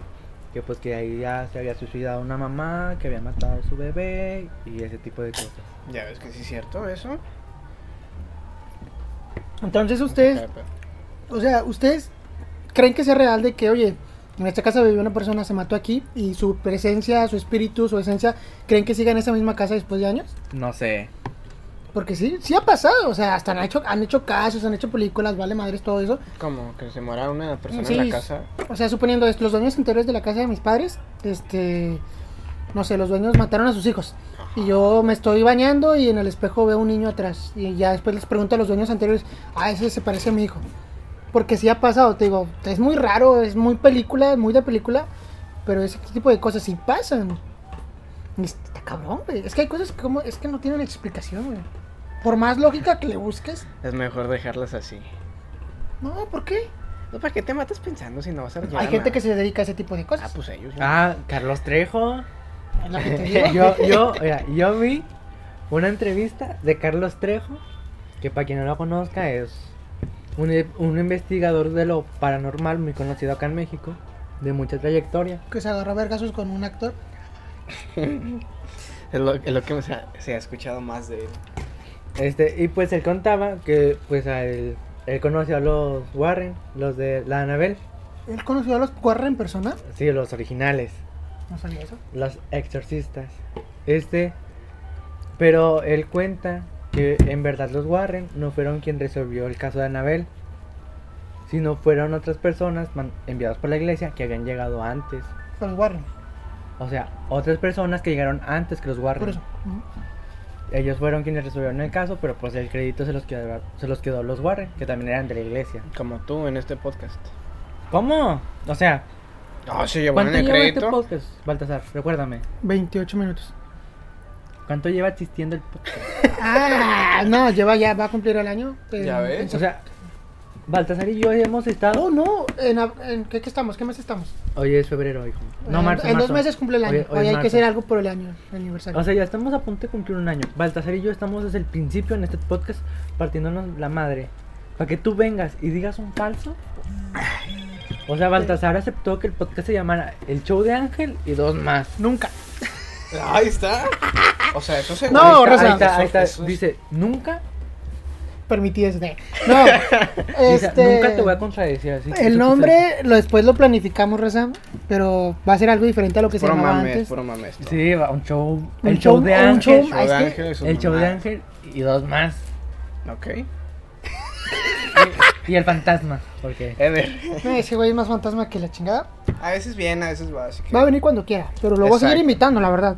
A: que pues que ahí ya se había suicidado una mamá, que había matado a su bebé y ese tipo de cosas.
B: Ya ves que sí es cierto eso.
C: Entonces ustedes O sea, ¿ustedes creen que sea real de que, oye, en esta casa vivió una persona, se mató aquí y su presencia, su espíritu, su esencia, creen que siga en esa misma casa después de años?
A: No sé.
C: Porque sí, sí ha pasado, o sea, hasta han hecho, han hecho casos, han hecho películas, vale madres, todo eso.
B: Como que se muera una persona
C: Sí.
B: en la casa.
C: O sea, suponiendo esto, los dueños anteriores de la casa de mis padres, este, no sé, los dueños mataron a sus hijos. Y yo me estoy bañando y en el espejo veo un niño atrás. Y ya después les pregunto a los dueños anteriores, ah, ese se parece a mi hijo. Porque sí ha pasado, te digo, es muy raro, es muy película, muy de película, pero ese tipo de cosas sí pasan. Y Está cabrón, güey. Es que hay cosas que como, es que no tienen explicación, güey. Por más lógica que le busques,
B: Es mejor dejarlas así.
C: no, ¿por qué?
B: No, ¿para qué te matas pensando si no vas a llegar
C: Hay
B: a
C: gente
B: nada?
C: que se dedica a ese tipo de
B: Ah,
C: cosas.
B: pues ellos. ¿no?
A: Ah, Carlos Trejo.
C: es lo que te digo.
A: yo, yo, mira, yo vi una entrevista de Carlos Trejo, que para quien no lo conozca es un, i- un investigador de lo paranormal muy conocido acá en México, de mucha trayectoria.
C: que se agarró a vergazos con un actor.
B: Es, lo, es lo que se ha, se ha escuchado más de él.
A: Este, y pues él contaba que pues a él, él conoció a los Warren, los de la Anabel,
C: Él conoció a los Warren en persona.
A: sí, los originales.
C: No sabía eso.
A: Los exorcistas. Este. Pero él cuenta que en verdad los Warren no fueron quien resolvió el caso de Anabel. Sino fueron otras personas man- enviadas por la iglesia que habían llegado antes.
C: Con los Warren.
A: O sea, otras personas que llegaron antes que los
C: Por
A: Warren.
C: eso. Ujú.
A: Ellos fueron quienes resolvieron el caso, pero pues el crédito se los quedó, se los quedó a los Warren, que también eran de la iglesia.
B: Como tú en este podcast.
A: ¿Cómo? O sea,
B: Ah, se llevan
A: ¿cuánto
B: en el
A: lleva este
B: crédito.
A: podcast, Baltasar? Recuérdame.
C: 28 minutos.
A: ¿Cuánto lleva existiendo el podcast?
C: Ah, no, lleva ya, va a cumplir el año. en-
B: Ya ves.
C: en
A: O
C: sep-
A: sea, Baltasar y yo hemos estado
C: no, no. En, ab- en- ¿qué, qué estamos? ¿Qué mes estamos?
A: Hoy es febrero, hijo. No,
C: En-
A: marzo.
C: En dos
A: marzo.
C: meses cumple el año. Hoy,
A: Hoy- hoy es
C: hay que
A: marzo.
C: hacer algo por el año, el aniversario.
A: O sea, ya estamos a punto de cumplir un año. Baltasar y yo estamos desde el principio en este podcast partiéndonos la madre. Para que tú vengas y digas un falso. O sea, Baltasar aceptó que el podcast se llamara El Show de Ángel y dos más.
C: Nunca.
B: Ahí está. O sea, eso se
C: No,
A: ahí está,
C: Rosa.
A: ahí está, ahí está.
B: Eso es-
A: Dice, nunca,
C: Permití este. No.
A: dice,
C: este,
A: nunca te voy a contradecir. Así que
C: El
A: tú
C: nombre lo, después lo planificamos, Rosa. Pero va a ser algo diferente a lo que se
B: Puro
C: llamaba
B: mames,
C: antes.
B: puro mames.
A: quieras.
B: ¿no?
A: Sí, va, un show.
C: Un
A: el show, de
C: un
A: Ángel.
C: show-
B: Show
C: ah, es
B: de
C: que-
B: Ángel y sus
A: el show de
B: mamadas.
A: Ángel y dos más.
B: Ok.
A: Y el fantasma. Porque.
B: A ver.
C: No, Eh, ese güey es más fantasma que la chingada.
B: A veces bien, a veces va. Así que...
C: Va a venir cuando quiera, pero lo voy a seguir
B: Exacto.
C: invitando, la verdad.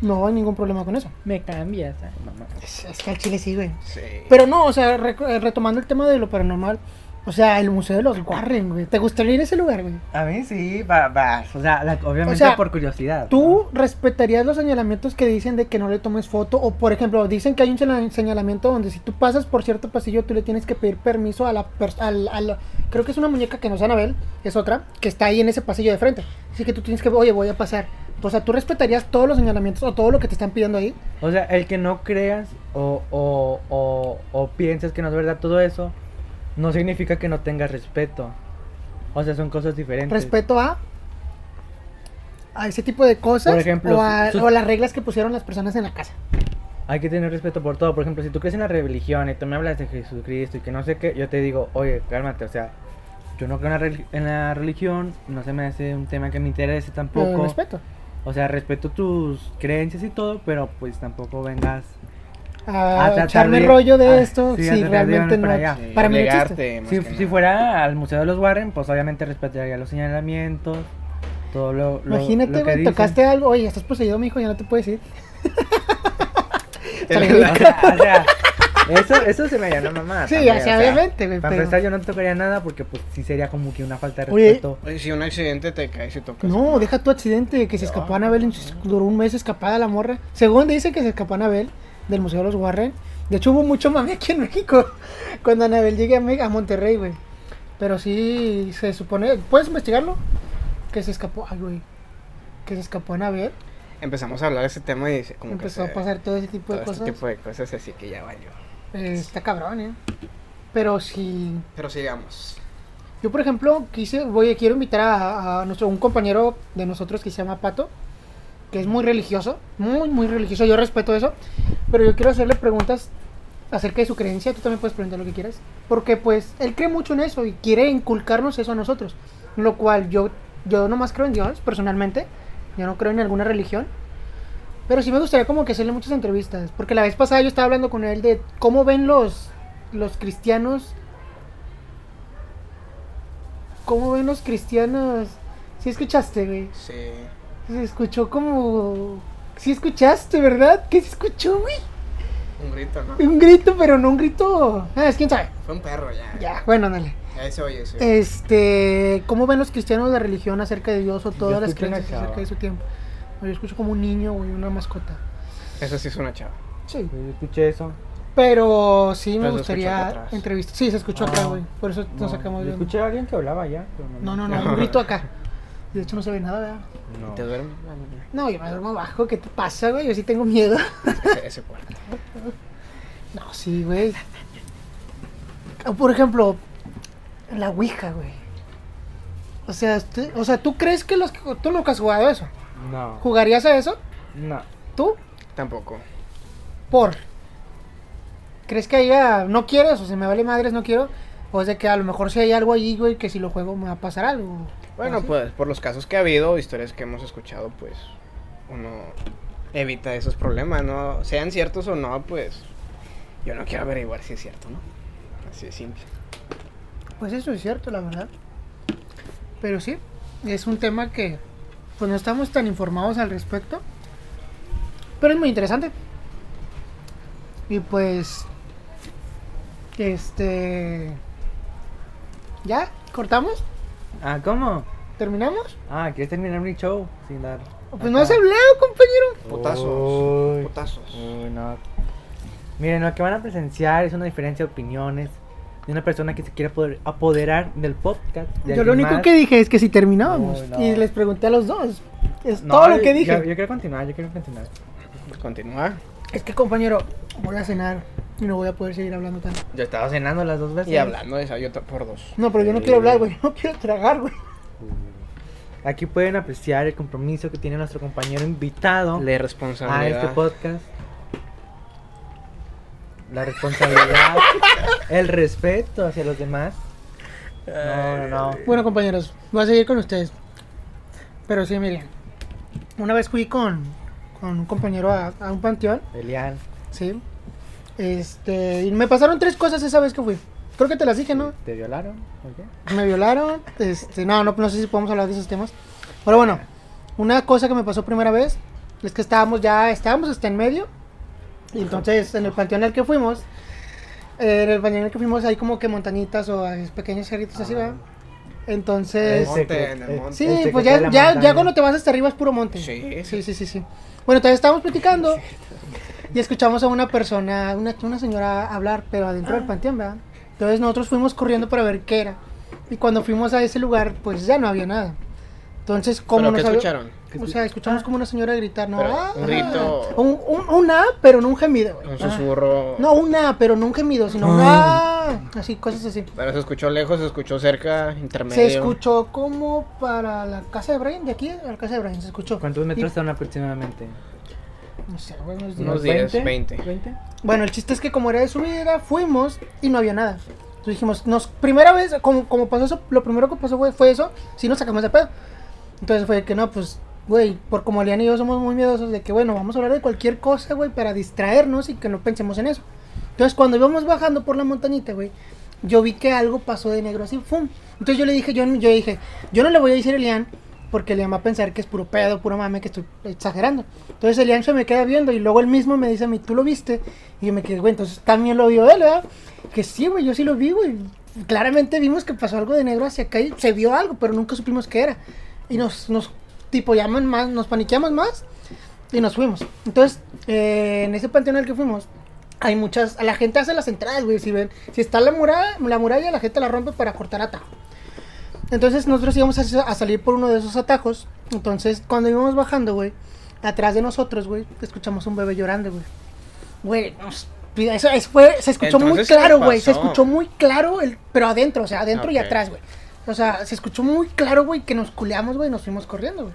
C: No hay ningún problema con eso.
E: Me cambias.
A: ¿eh?
E: ay, mamá.
C: Es, es que al chile sí, güey.
B: Sí.
C: Pero no, o sea, rec- eh, retomando el tema de lo paranormal, o sea, el Museo de los Warren, güey. ¿Te gustaría ir a ese lugar, güey?
A: A mí sí, va, va. O sea, la- obviamente
C: O sea,
A: por curiosidad.
C: ¿Tú respetarías los señalamientos que dicen de que no le tomes foto? O, por ejemplo, dicen que hay un sena- señalamiento donde si tú pasas por cierto pasillo, tú le tienes que pedir permiso a la persona. Creo que es una muñeca que no es Anabel, es otra, que está ahí en ese pasillo de frente. Así que tú tienes que, oye, voy a pasar. O sea, ¿tú respetarías todos los señalamientos o todo lo que te están pidiendo ahí?
A: O sea, el que no creas o, o, o, o pienses que no es verdad todo eso, no significa que no tengas respeto. O sea, son cosas diferentes.
C: Respeto a. A ese tipo de cosas.
A: Por ejemplo,
C: o, a,
A: sus-
C: o a las reglas que pusieron las personas en la casa.
A: Hay que tener respeto por todo. Por ejemplo, si tú crees en la religión y tú me hablas de Jesucristo y que no sé qué, yo te digo, oye, cálmate, o sea, yo no creo en la, rel- en la religión, no se me hace un tema que me interese
C: Pero
A: tampoco.
C: respeto.
A: O sea, respeto tus creencias y todo, pero pues tampoco vengas Ah,
C: A,
A: tratar
C: echarme
A: de-
C: rollo de
A: ah,
C: esto
A: sí, a tratar
C: si
A: de
C: realmente
A: irme
C: no.
A: para allá.
B: Sí,
C: ah, para mí no existe.
B: obligarte, más
A: Si,
B: que
A: si
B: nada.
A: fuera al Museo de los Warren, pues obviamente respetaría los señalamientos, todo lo, lo-
C: Imagínate,
A: lo que
C: güey,
A: dicen.
C: tocaste algo. Oye, estás poseído, mijo, ya no te puedes ir.
A: O sea, o sea, eso, eso se me haría una mamá.
C: sí, ya sea, obviamente, güey.
A: Para
C: pero-
A: empezar, yo no tocaría nada porque pues sí sería como que una falta de
C: Oye,
A: respeto.
B: Oye, si un accidente te caes y tocas.
C: No, deja tu accidente, que se escapó Anabel, en- duró un mes escapada la morra. Según dicen que se escapó Anabel del Museo de los Warren. De hecho hubo mucho mame aquí en México cuando Anabel llegue a, Me- a Monterrey, güey. Pero sí se supone, ¿puedes investigarlo? Que se escapó, ay, güey. Que se escapó Anabel,
B: Empezamos a hablar de ese tema y se- como
C: empezó
B: que
C: a
B: se-
C: pasar todo ese tipo
B: todo
C: de
B: este
C: cosas.
B: tipo de cosas, así que ya valió.
C: Eh, está cabrón, eh. Pero sí,
B: Pero sigamos.
C: Yo, por ejemplo, quise, voy, quiero invitar a, a nuestro, un compañero de nosotros que se llama Pato, que es muy religioso, muy, muy religioso, yo respeto eso, pero yo quiero hacerle preguntas acerca de su creencia, tú también puedes preguntar lo que quieras, porque pues él cree mucho en eso y quiere inculcarnos eso a nosotros, lo cual yo, yo nomás creo en Dios, personalmente, yo no creo en alguna religión, pero sí me gustaría como que hacerle muchas entrevistas, porque la vez pasada yo estaba hablando con él de cómo ven los, los cristianos ¿Cómo ven los cristianos? Sí escuchaste, güey.
B: Sí.
C: Se escuchó como... Sí escuchaste, ¿verdad? ¿Qué se escuchó, güey?
B: Un grito, ¿no?
C: Un grito, pero no un grito... Ah, es quién sabe.
B: Fue un perro ya.
C: Ya, Eh. bueno, dale.
B: Ya se oye, sí.
C: Este... ¿Cómo ven los cristianos la religión acerca de Dios o todas las
A: escuché una
C: creencias acerca
A: chava.
C: de su tiempo? No, Yo escucho como un niño, güey, una mascota.
B: Eso sí es una chava.
C: Sí.
A: Yo escuché eso.
C: Pero sí
B: Pero se escuchó acá
C: me gustaría
B: atrás.
C: entrevistas. Sí, se escuchó acá,
A: Ah,
C: güey. Por eso
A: No,
C: nos sacamos
A: yo
C: de...
A: escuché a alguien que hablaba ya. pero
C: No, no, no, un grito acá. De hecho no se ve nada, ¿verdad?
A: No.
B: ¿Te duermes?
C: No, yo me duermo abajo. ¿Qué te pasa, güey? Yo sí tengo miedo.
B: Ese, ese cuarto.
C: No, sí, güey. O, Por ejemplo, la Ouija, güey. O sea, usted- o sea, ¿tú crees que los... Tú nunca has jugado a eso?
A: No.
C: ¿Jugarías a eso?
A: No.
C: ¿Tú?
B: Tampoco.
C: ¿Por? ¿Crees que haya... No quieres? O sea, me vale madres, no quiero. O es de que a lo mejor si hay algo allí, güey, que si lo juego me va a pasar algo.
B: Bueno,
C: ¿Así?
B: pues por los casos que ha habido, historias que hemos escuchado, pues uno evita esos problemas, ¿no? Sean ciertos o no, pues yo no quiero averiguar si es cierto, ¿no? Así de simple.
C: Pues eso es cierto, la verdad. Pero sí, es un tema que pues no estamos tan informados al respecto. Pero es muy interesante. Y pues este ¿Ya? ¿Cortamos?
A: Ah, ¿cómo?
C: ¿Terminamos?
A: Ah, ¿quieres terminar mi show sin dar?
C: Pues no has
A: Acá.
C: hablado, compañero.
B: Putazos.
A: Uy.
B: Putazos.
C: Mm.
A: Uy, no. Miren, lo que van a presenciar es una diferencia de opiniones de una persona que se quiere apoder- apoderar del podcast. de
C: Yo lo
A: alguien
C: único
A: más.
C: que dije es que si terminábamos.
A: Uy, no.
C: Y les pregunté a los dos. Es
A: No,
C: todo lo que
A: yo-
C: dije.
A: Yo, yo quiero continuar, yo quiero continuar.
B: Pues, Continúa.
C: Es que compañero, voy a cenar y no voy a poder seguir hablando tanto.
A: Yo estaba cenando las dos veces.
B: Y hablando de esa, yo to- por dos.
C: No, pero yo no quiero hablar, güey. No quiero tragar, güey.
A: Aquí pueden apreciar el compromiso que tiene nuestro compañero invitado
B: De
A: a
B: responsabilidad.
C: Ah,
A: este podcast. La responsabilidad, el respeto hacia los demás. No, no, no.
C: Bueno, compañeros, voy a seguir con ustedes. Pero sí, miren. Una vez fui con, con un compañero a, a un panteón,
A: Elian.
C: ¿sí? Este, y me pasaron tres cosas esa vez que fui. Creo que te las dije, ¿no?
A: ¿Te violaron? ¿O qué?
C: Me violaron, este, no, no, no sé si podemos hablar de esos temas. Pero bueno, una cosa que me pasó primera vez Es que estábamos ya, estábamos hasta en medio. Y entonces en el panteón al que fuimos, eh, en el panteón al que fuimos hay como que montañitas o hay pequeños cerritos así, ¿verdad? Entonces...
B: Monte, en el monte.
C: Eh. Sí,
A: el secreto
C: pues
A: de
C: ya,
A: Este, la
C: ya, ya
A: montaña.
C: cuando te vas hasta arriba es puro monte.
B: Sí,
C: sí, sí, sí. sí. Bueno, entonces estábamos platicando y escuchamos a una persona, una, una señora hablar, pero adentro
A: Ah.
C: del panteón, ¿verdad? Entonces nosotros fuimos corriendo para ver qué era. Y cuando fuimos a ese lugar, pues ya no había nada. Entonces, como
B: ¿Pero
C: nos
B: qué
C: había-
B: escucharon?
C: O sea,
A: Ah.
C: escuchamos como una señora gritar, ¿no?
B: Pero,
C: "Ah",
B: un grito.
C: Un, un, un ah, pero no un gemido, güey.
B: Un susurro.
C: No un ah, pero no un gemido, sino un ah. Así, cosas así.
B: Pero se escuchó lejos, se escuchó cerca, intermedio.
C: Se escuchó como para la casa de Brian, de aquí a la casa de Brian, se escuchó.
A: ¿Cuántos metros
C: Y- pues,
A: están aproximadamente?
C: no sé, güey, unos
B: Unos
C: diez.
B: 10, 20.
A: ¿20?
C: Bueno, el chiste es que como era de subida, fuimos y no había nada. Entonces dijimos, nos, primera vez, como, como pasó eso, lo primero que pasó fue, fue eso, sí nos sacamos de pedo. Entonces fue que no, pues, güey, por como Lian y yo somos muy miedosos de que, bueno, vamos a hablar de cualquier cosa, güey, para distraernos y que no pensemos en eso. Entonces cuando íbamos bajando por la montañita, güey, yo vi que algo pasó de negro así, ¡fum! Entonces yo le dije, yo, yo dije, yo no le voy a decir a Elian porque Elian va a pensar que es puro pedo, puro mame, que estoy exagerando. Entonces Elian se me queda viendo y luego él mismo me dice a mí, ¿tú lo viste? Y yo me quedé, güey, entonces también lo vio él, ¿verdad? Que sí, güey, yo sí lo vi, güey. Claramente vimos que pasó algo de negro hacia acá y se vio algo, pero nunca supimos qué era. Y nos, nos tipo, llaman más, nos paniqueamos más y nos fuimos. Entonces, eh, en ese panteón al que fuimos, hay muchas. La gente hace las entradas, güey. Si ven, si está la muralla, la muralla, la gente la rompe para cortar atajo. Entonces, nosotros íbamos a, a salir por uno de esos atajos. Entonces, cuando íbamos bajando, güey, atrás de nosotros, güey, escuchamos un bebé llorando, güey. Güey, nos- Eso, eso fue, se escuchó muy
B: Entonces, ¿qué
C: claro, güey. Se
B: pasó?
C: escuchó muy claro, el, pero adentro, o sea, adentro y
B: Ok.
C: atrás, güey. O sea, se escuchó muy claro, güey, que nos culeamos, güey, y nos fuimos corriendo, güey.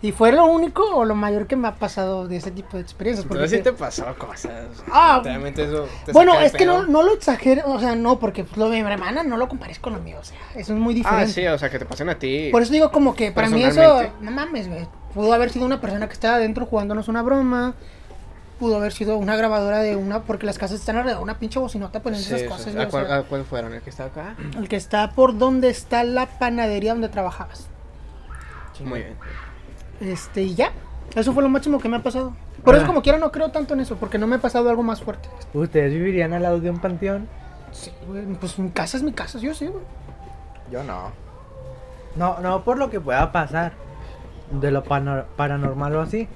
C: Y fue lo único o lo mayor que me ha pasado de ese tipo de experiencias. porque
B: Entonces sí
C: sí-
B: Pues te pasó cosas.
C: Ah,
B: Realmente eso te
C: bueno,
B: saca de
C: es que
B: pedo.
C: no, no lo exagero, o sea, no, porque pues, lo de mi hermana no lo compares con lo mío, o sea, eso es muy diferente.
B: Ah, sí, o sea, que te pasen a ti.
C: Por eso digo como que para mí eso,
B: Personalmente.
C: no mames, güey, pudo haber sido una persona que estaba adentro jugándonos una broma, pudo haber sido una grabadora de una, porque las casas están alrededor de una pinche bocinota, pues
B: Sí,
C: esas
B: sí,
C: cosas,
B: sí.
C: güey,
B: ¿A
C: o
B: cuál,
C: sea,
B: a cuál fueron? ¿El que está acá?
C: el que está por donde está la panadería donde trabajabas.
B: Muy bien.
C: Este, y ya, eso fue lo máximo que me ha pasado. Por eso
A: Ah.
C: como quiera no creo tanto en eso, porque no me ha pasado algo más fuerte.
A: ¿Ustedes vivirían al lado de un panteón?
C: Sí, güey, pues mi casa es mi casa, yo sí, güey.
B: Yo no.
A: No, no por lo que pueda pasar. De lo pano- paranormal o así.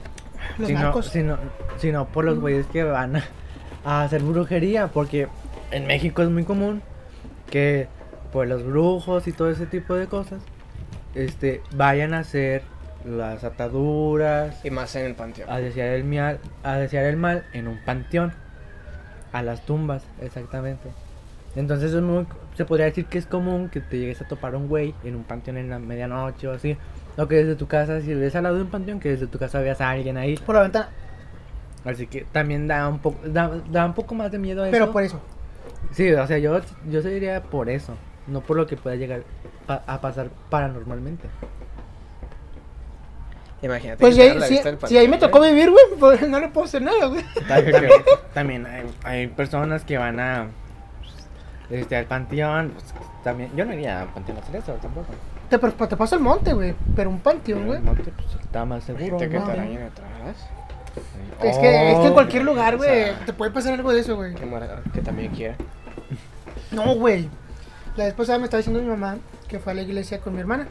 C: Los
A: sino,
C: narcos.
A: sino, sino por los güeyes que van a, a hacer brujería. Porque en México es muy común que por los brujos y todo ese tipo de cosas. Este, vayan a hacer las ataduras.
B: Y más en el
C: Ah.
B: panteón.
A: a desear el mal, a desear el mal en un panteón, a las tumbas, exactamente. Entonces es muy- se podría decir que es común que te llegues a topar un güey en un panteón en la medianoche o así, o que desde tu casa, si ves al lado de un panteón, que desde tu casa veas a alguien ahí.
C: Por la ventana.
A: Así que también da un poco, da, da un poco más de miedo a
C: Pero
A: eso.
C: por e-, eso.
A: Sí, o sea, yo, yo se diría por eso, no por lo que pueda llegar pa- a pasar paranormalmente.
B: Imagínate.
C: Pues si,
B: quitar
C: ahí-
B: la
C: si-
B: vista del
C: si ahí me
B: panteón,
C: tocó
B: ¿eh?
C: vivir, güey, pues, no le puedo hacer nada, güey.
A: también, también hay, hay personas que van a este al panteón pues, también yo no iría al panteón a hacer eso tampoco
C: Te, pero te paso el monte, güey. Pero un panteón, güey.
A: el monte pues, está más seguro
B: Imagínate que
A: ¿no?
B: te arañen atrás.
C: Es que, es que en cualquier lugar,
B: o
C: güey,
B: sea-
C: te puede pasar algo de eso, güey.
B: Que, muera- que también quiera.
C: No, güey. La vez pasada me estaba diciendo mi mamá que fue a la iglesia con mi hermana.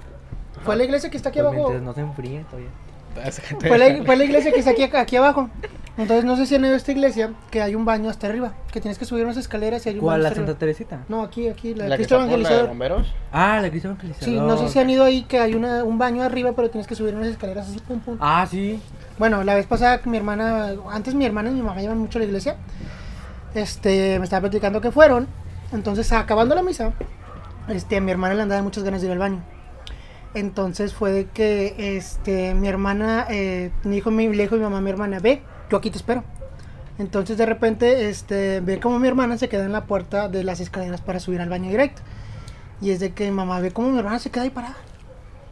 C: Fue a la iglesia que está aquí
A: Pues,
C: abajo.
A: mientras no se enfríe todavía
C: Fue la, fue la iglesia que está aquí, aquí abajo. Entonces no sé si han ido a esta iglesia que hay un baño hasta arriba. Que tienes que subir unas escaleras y hay un
A: ¿cuál
C: baño
A: la
C: hasta
A: Santa
C: arriba.
A: Teresita?
C: No, aquí, aquí, la, de
B: La que
C: Cristo
B: está por la de
C: Evangelizador.
B: bomberos.
A: ah la Cristo Evangelizador
C: Sí, no sé si han ido ahí que hay una, un baño arriba, pero tienes que subir unas escaleras así, pum, pum.
A: ah sí
C: Bueno, la vez pasada mi hermana, antes mi hermana y mi mamá llevan mucho a la iglesia. Este, me estaba platicando que fueron. Entonces, acabando la misa, este, a mi hermana le andaba muchas ganas de ir al baño. Entonces fue de que este, mi hermana eh, me dijo, mi, le dijo mi mamá a mi hermana, ve, yo aquí te espero. Entonces de repente este, ve como mi hermana se queda en la puerta de las escaleras para subir al baño directo. Y es de que mi mamá ve como mi hermana se queda ahí parada.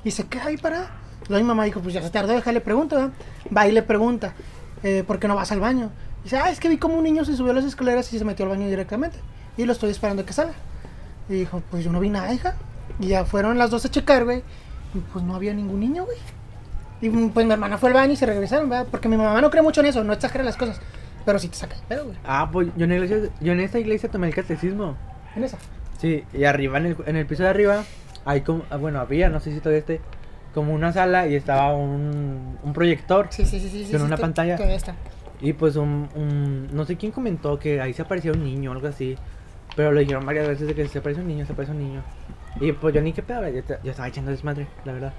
C: Y se queda ahí parada. Luego mi mamá dijo, pues ya se tardó, déjale pregunta. ¿verdad? Va y le pregunta, eh, ¿por qué no vas al baño? Y dice, ah, es que vi como un niño se subió a las escaleras y se metió al baño directamente. Y lo estoy esperando a que salga. Y dijo, pues yo no vi nada, hija. Y ya fueron las dos a checar, güey. Y pues no había ningún niño, güey. Y mm, pues mi hermana fue al baño y se regresaron, ¿verdad? Porque mi mamá no cree mucho en eso, no exagera las cosas. Pero sí te saca de pedo, güey.
A: Ah, pues yo en, la iglesia- yo en esta iglesia tomé el catecismo.
C: En esa.
A: Sí, y arriba, en el, en el piso de arriba, hay como, ah, bueno, había, no sé si todavía este, como una sala y estaba un, un proyector.
C: Sí, sí, sí, sí. sí,
A: Con
C: sí,
A: una
C: to-
A: pantalla.
C: Todavía está.
A: Y pues un, un- no sé quién comentó que ahí se aparecía un niño o algo así. Pero lo dijeron varias veces de que se aparece un niño, se aparece un niño. Y pues yo ni qué pedo, yo, te- yo estaba echando desmadre, la verdad.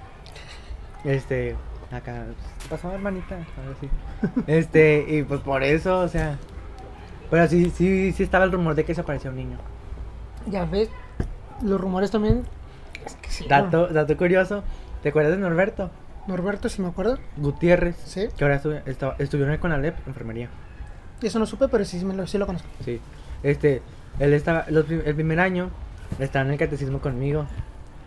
A: Este, acá, pues, pasó hermanita, a ver si. Este, y pues por eso, o sea. Pero sí, sí, sí estaba el rumor de que se aparecía un niño.
C: Ya ves, los rumores también. Es que sí.
A: Dato, dato curioso, ¿te acuerdas de Norberto?
C: no. Norberto, si me acuerdo.
A: Gutiérrez,
C: Sí.
A: que ahora estu- estaba- estudió en el Conalep, enfermería.
C: Eso no supe, pero sí, sí me lo, sí lo conozco.
A: Sí. Este, él estaba, los prim- el primer año estaba en el catecismo conmigo.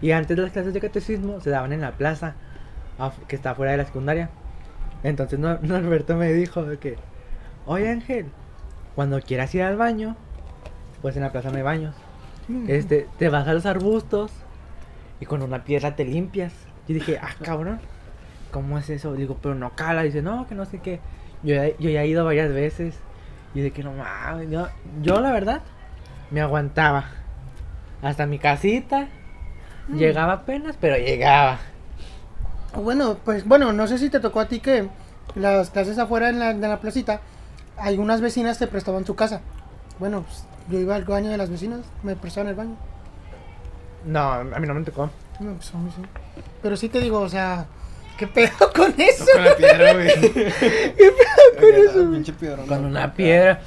A: Y antes las clases de catecismo se daban en la plaza, af- que está fuera de la secundaria. Entonces no, Norberto me dijo de que, oye Ángel, cuando quieras ir al baño, pues en la plaza no hay baños. Este, te vas a los arbustos y con una piedra te limpias. Yo dije, ah, cabrón, ¿cómo es eso? Digo, pero no cala. Dice, no, que no sé qué. Yo ya, yo ya he ido varias veces. Y de que no mames. Yo, yo, la verdad, me aguantaba. Hasta mi casita. Llegaba apenas, pero llegaba.
C: Bueno, pues bueno, no sé si te tocó a ti que las clases afuera en la, de la placita, algunas vecinas te prestaban su casa. Bueno, pues, yo iba al baño de las vecinas, me prestaban el baño.
A: No, a mí no me tocó.
C: No, pues, a mí sí. Pero sí te digo, o sea, ¿qué pedo con eso?
B: Con la piedra, güey. con eso? Pinche piedra.
A: Con una piedra.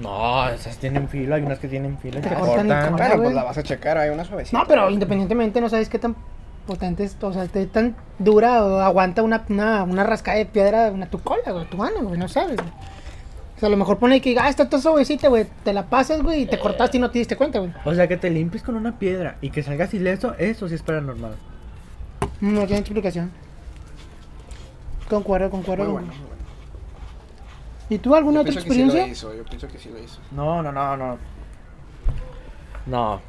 A: No, esas tienen filo. Hay unas que tienen filo. y te
C: Ah, cortan y
A: cortan.
C: cortan.
B: Claro, pues la vas a checar, hay una suavecita.
C: No, pero independientemente no sabes qué tan potente es, o sea, qué tan dura o aguanta una, una, una rascada de piedra, una tu cola, güey, tu mano, güey, no sabes. güey. O sea, a lo mejor pone que, ah, está todo suavecita, güey, te la pasas, güey, y
B: Eh.
C: te cortaste y no te diste cuenta, güey.
A: O sea, que te limpies con una piedra y que salgas ileso, eso sí es paranormal.
C: No tiene explicación. Concuerdo, concuerdo.
B: Muy
C: con-
B: bueno, muy bueno.
C: ¿Y tú alguna
B: Yo
C: otra
B: pienso que sí lo
C: experiencia?
B: hizo, Yo pienso que sí lo hizo.
A: No, no, no, no. No.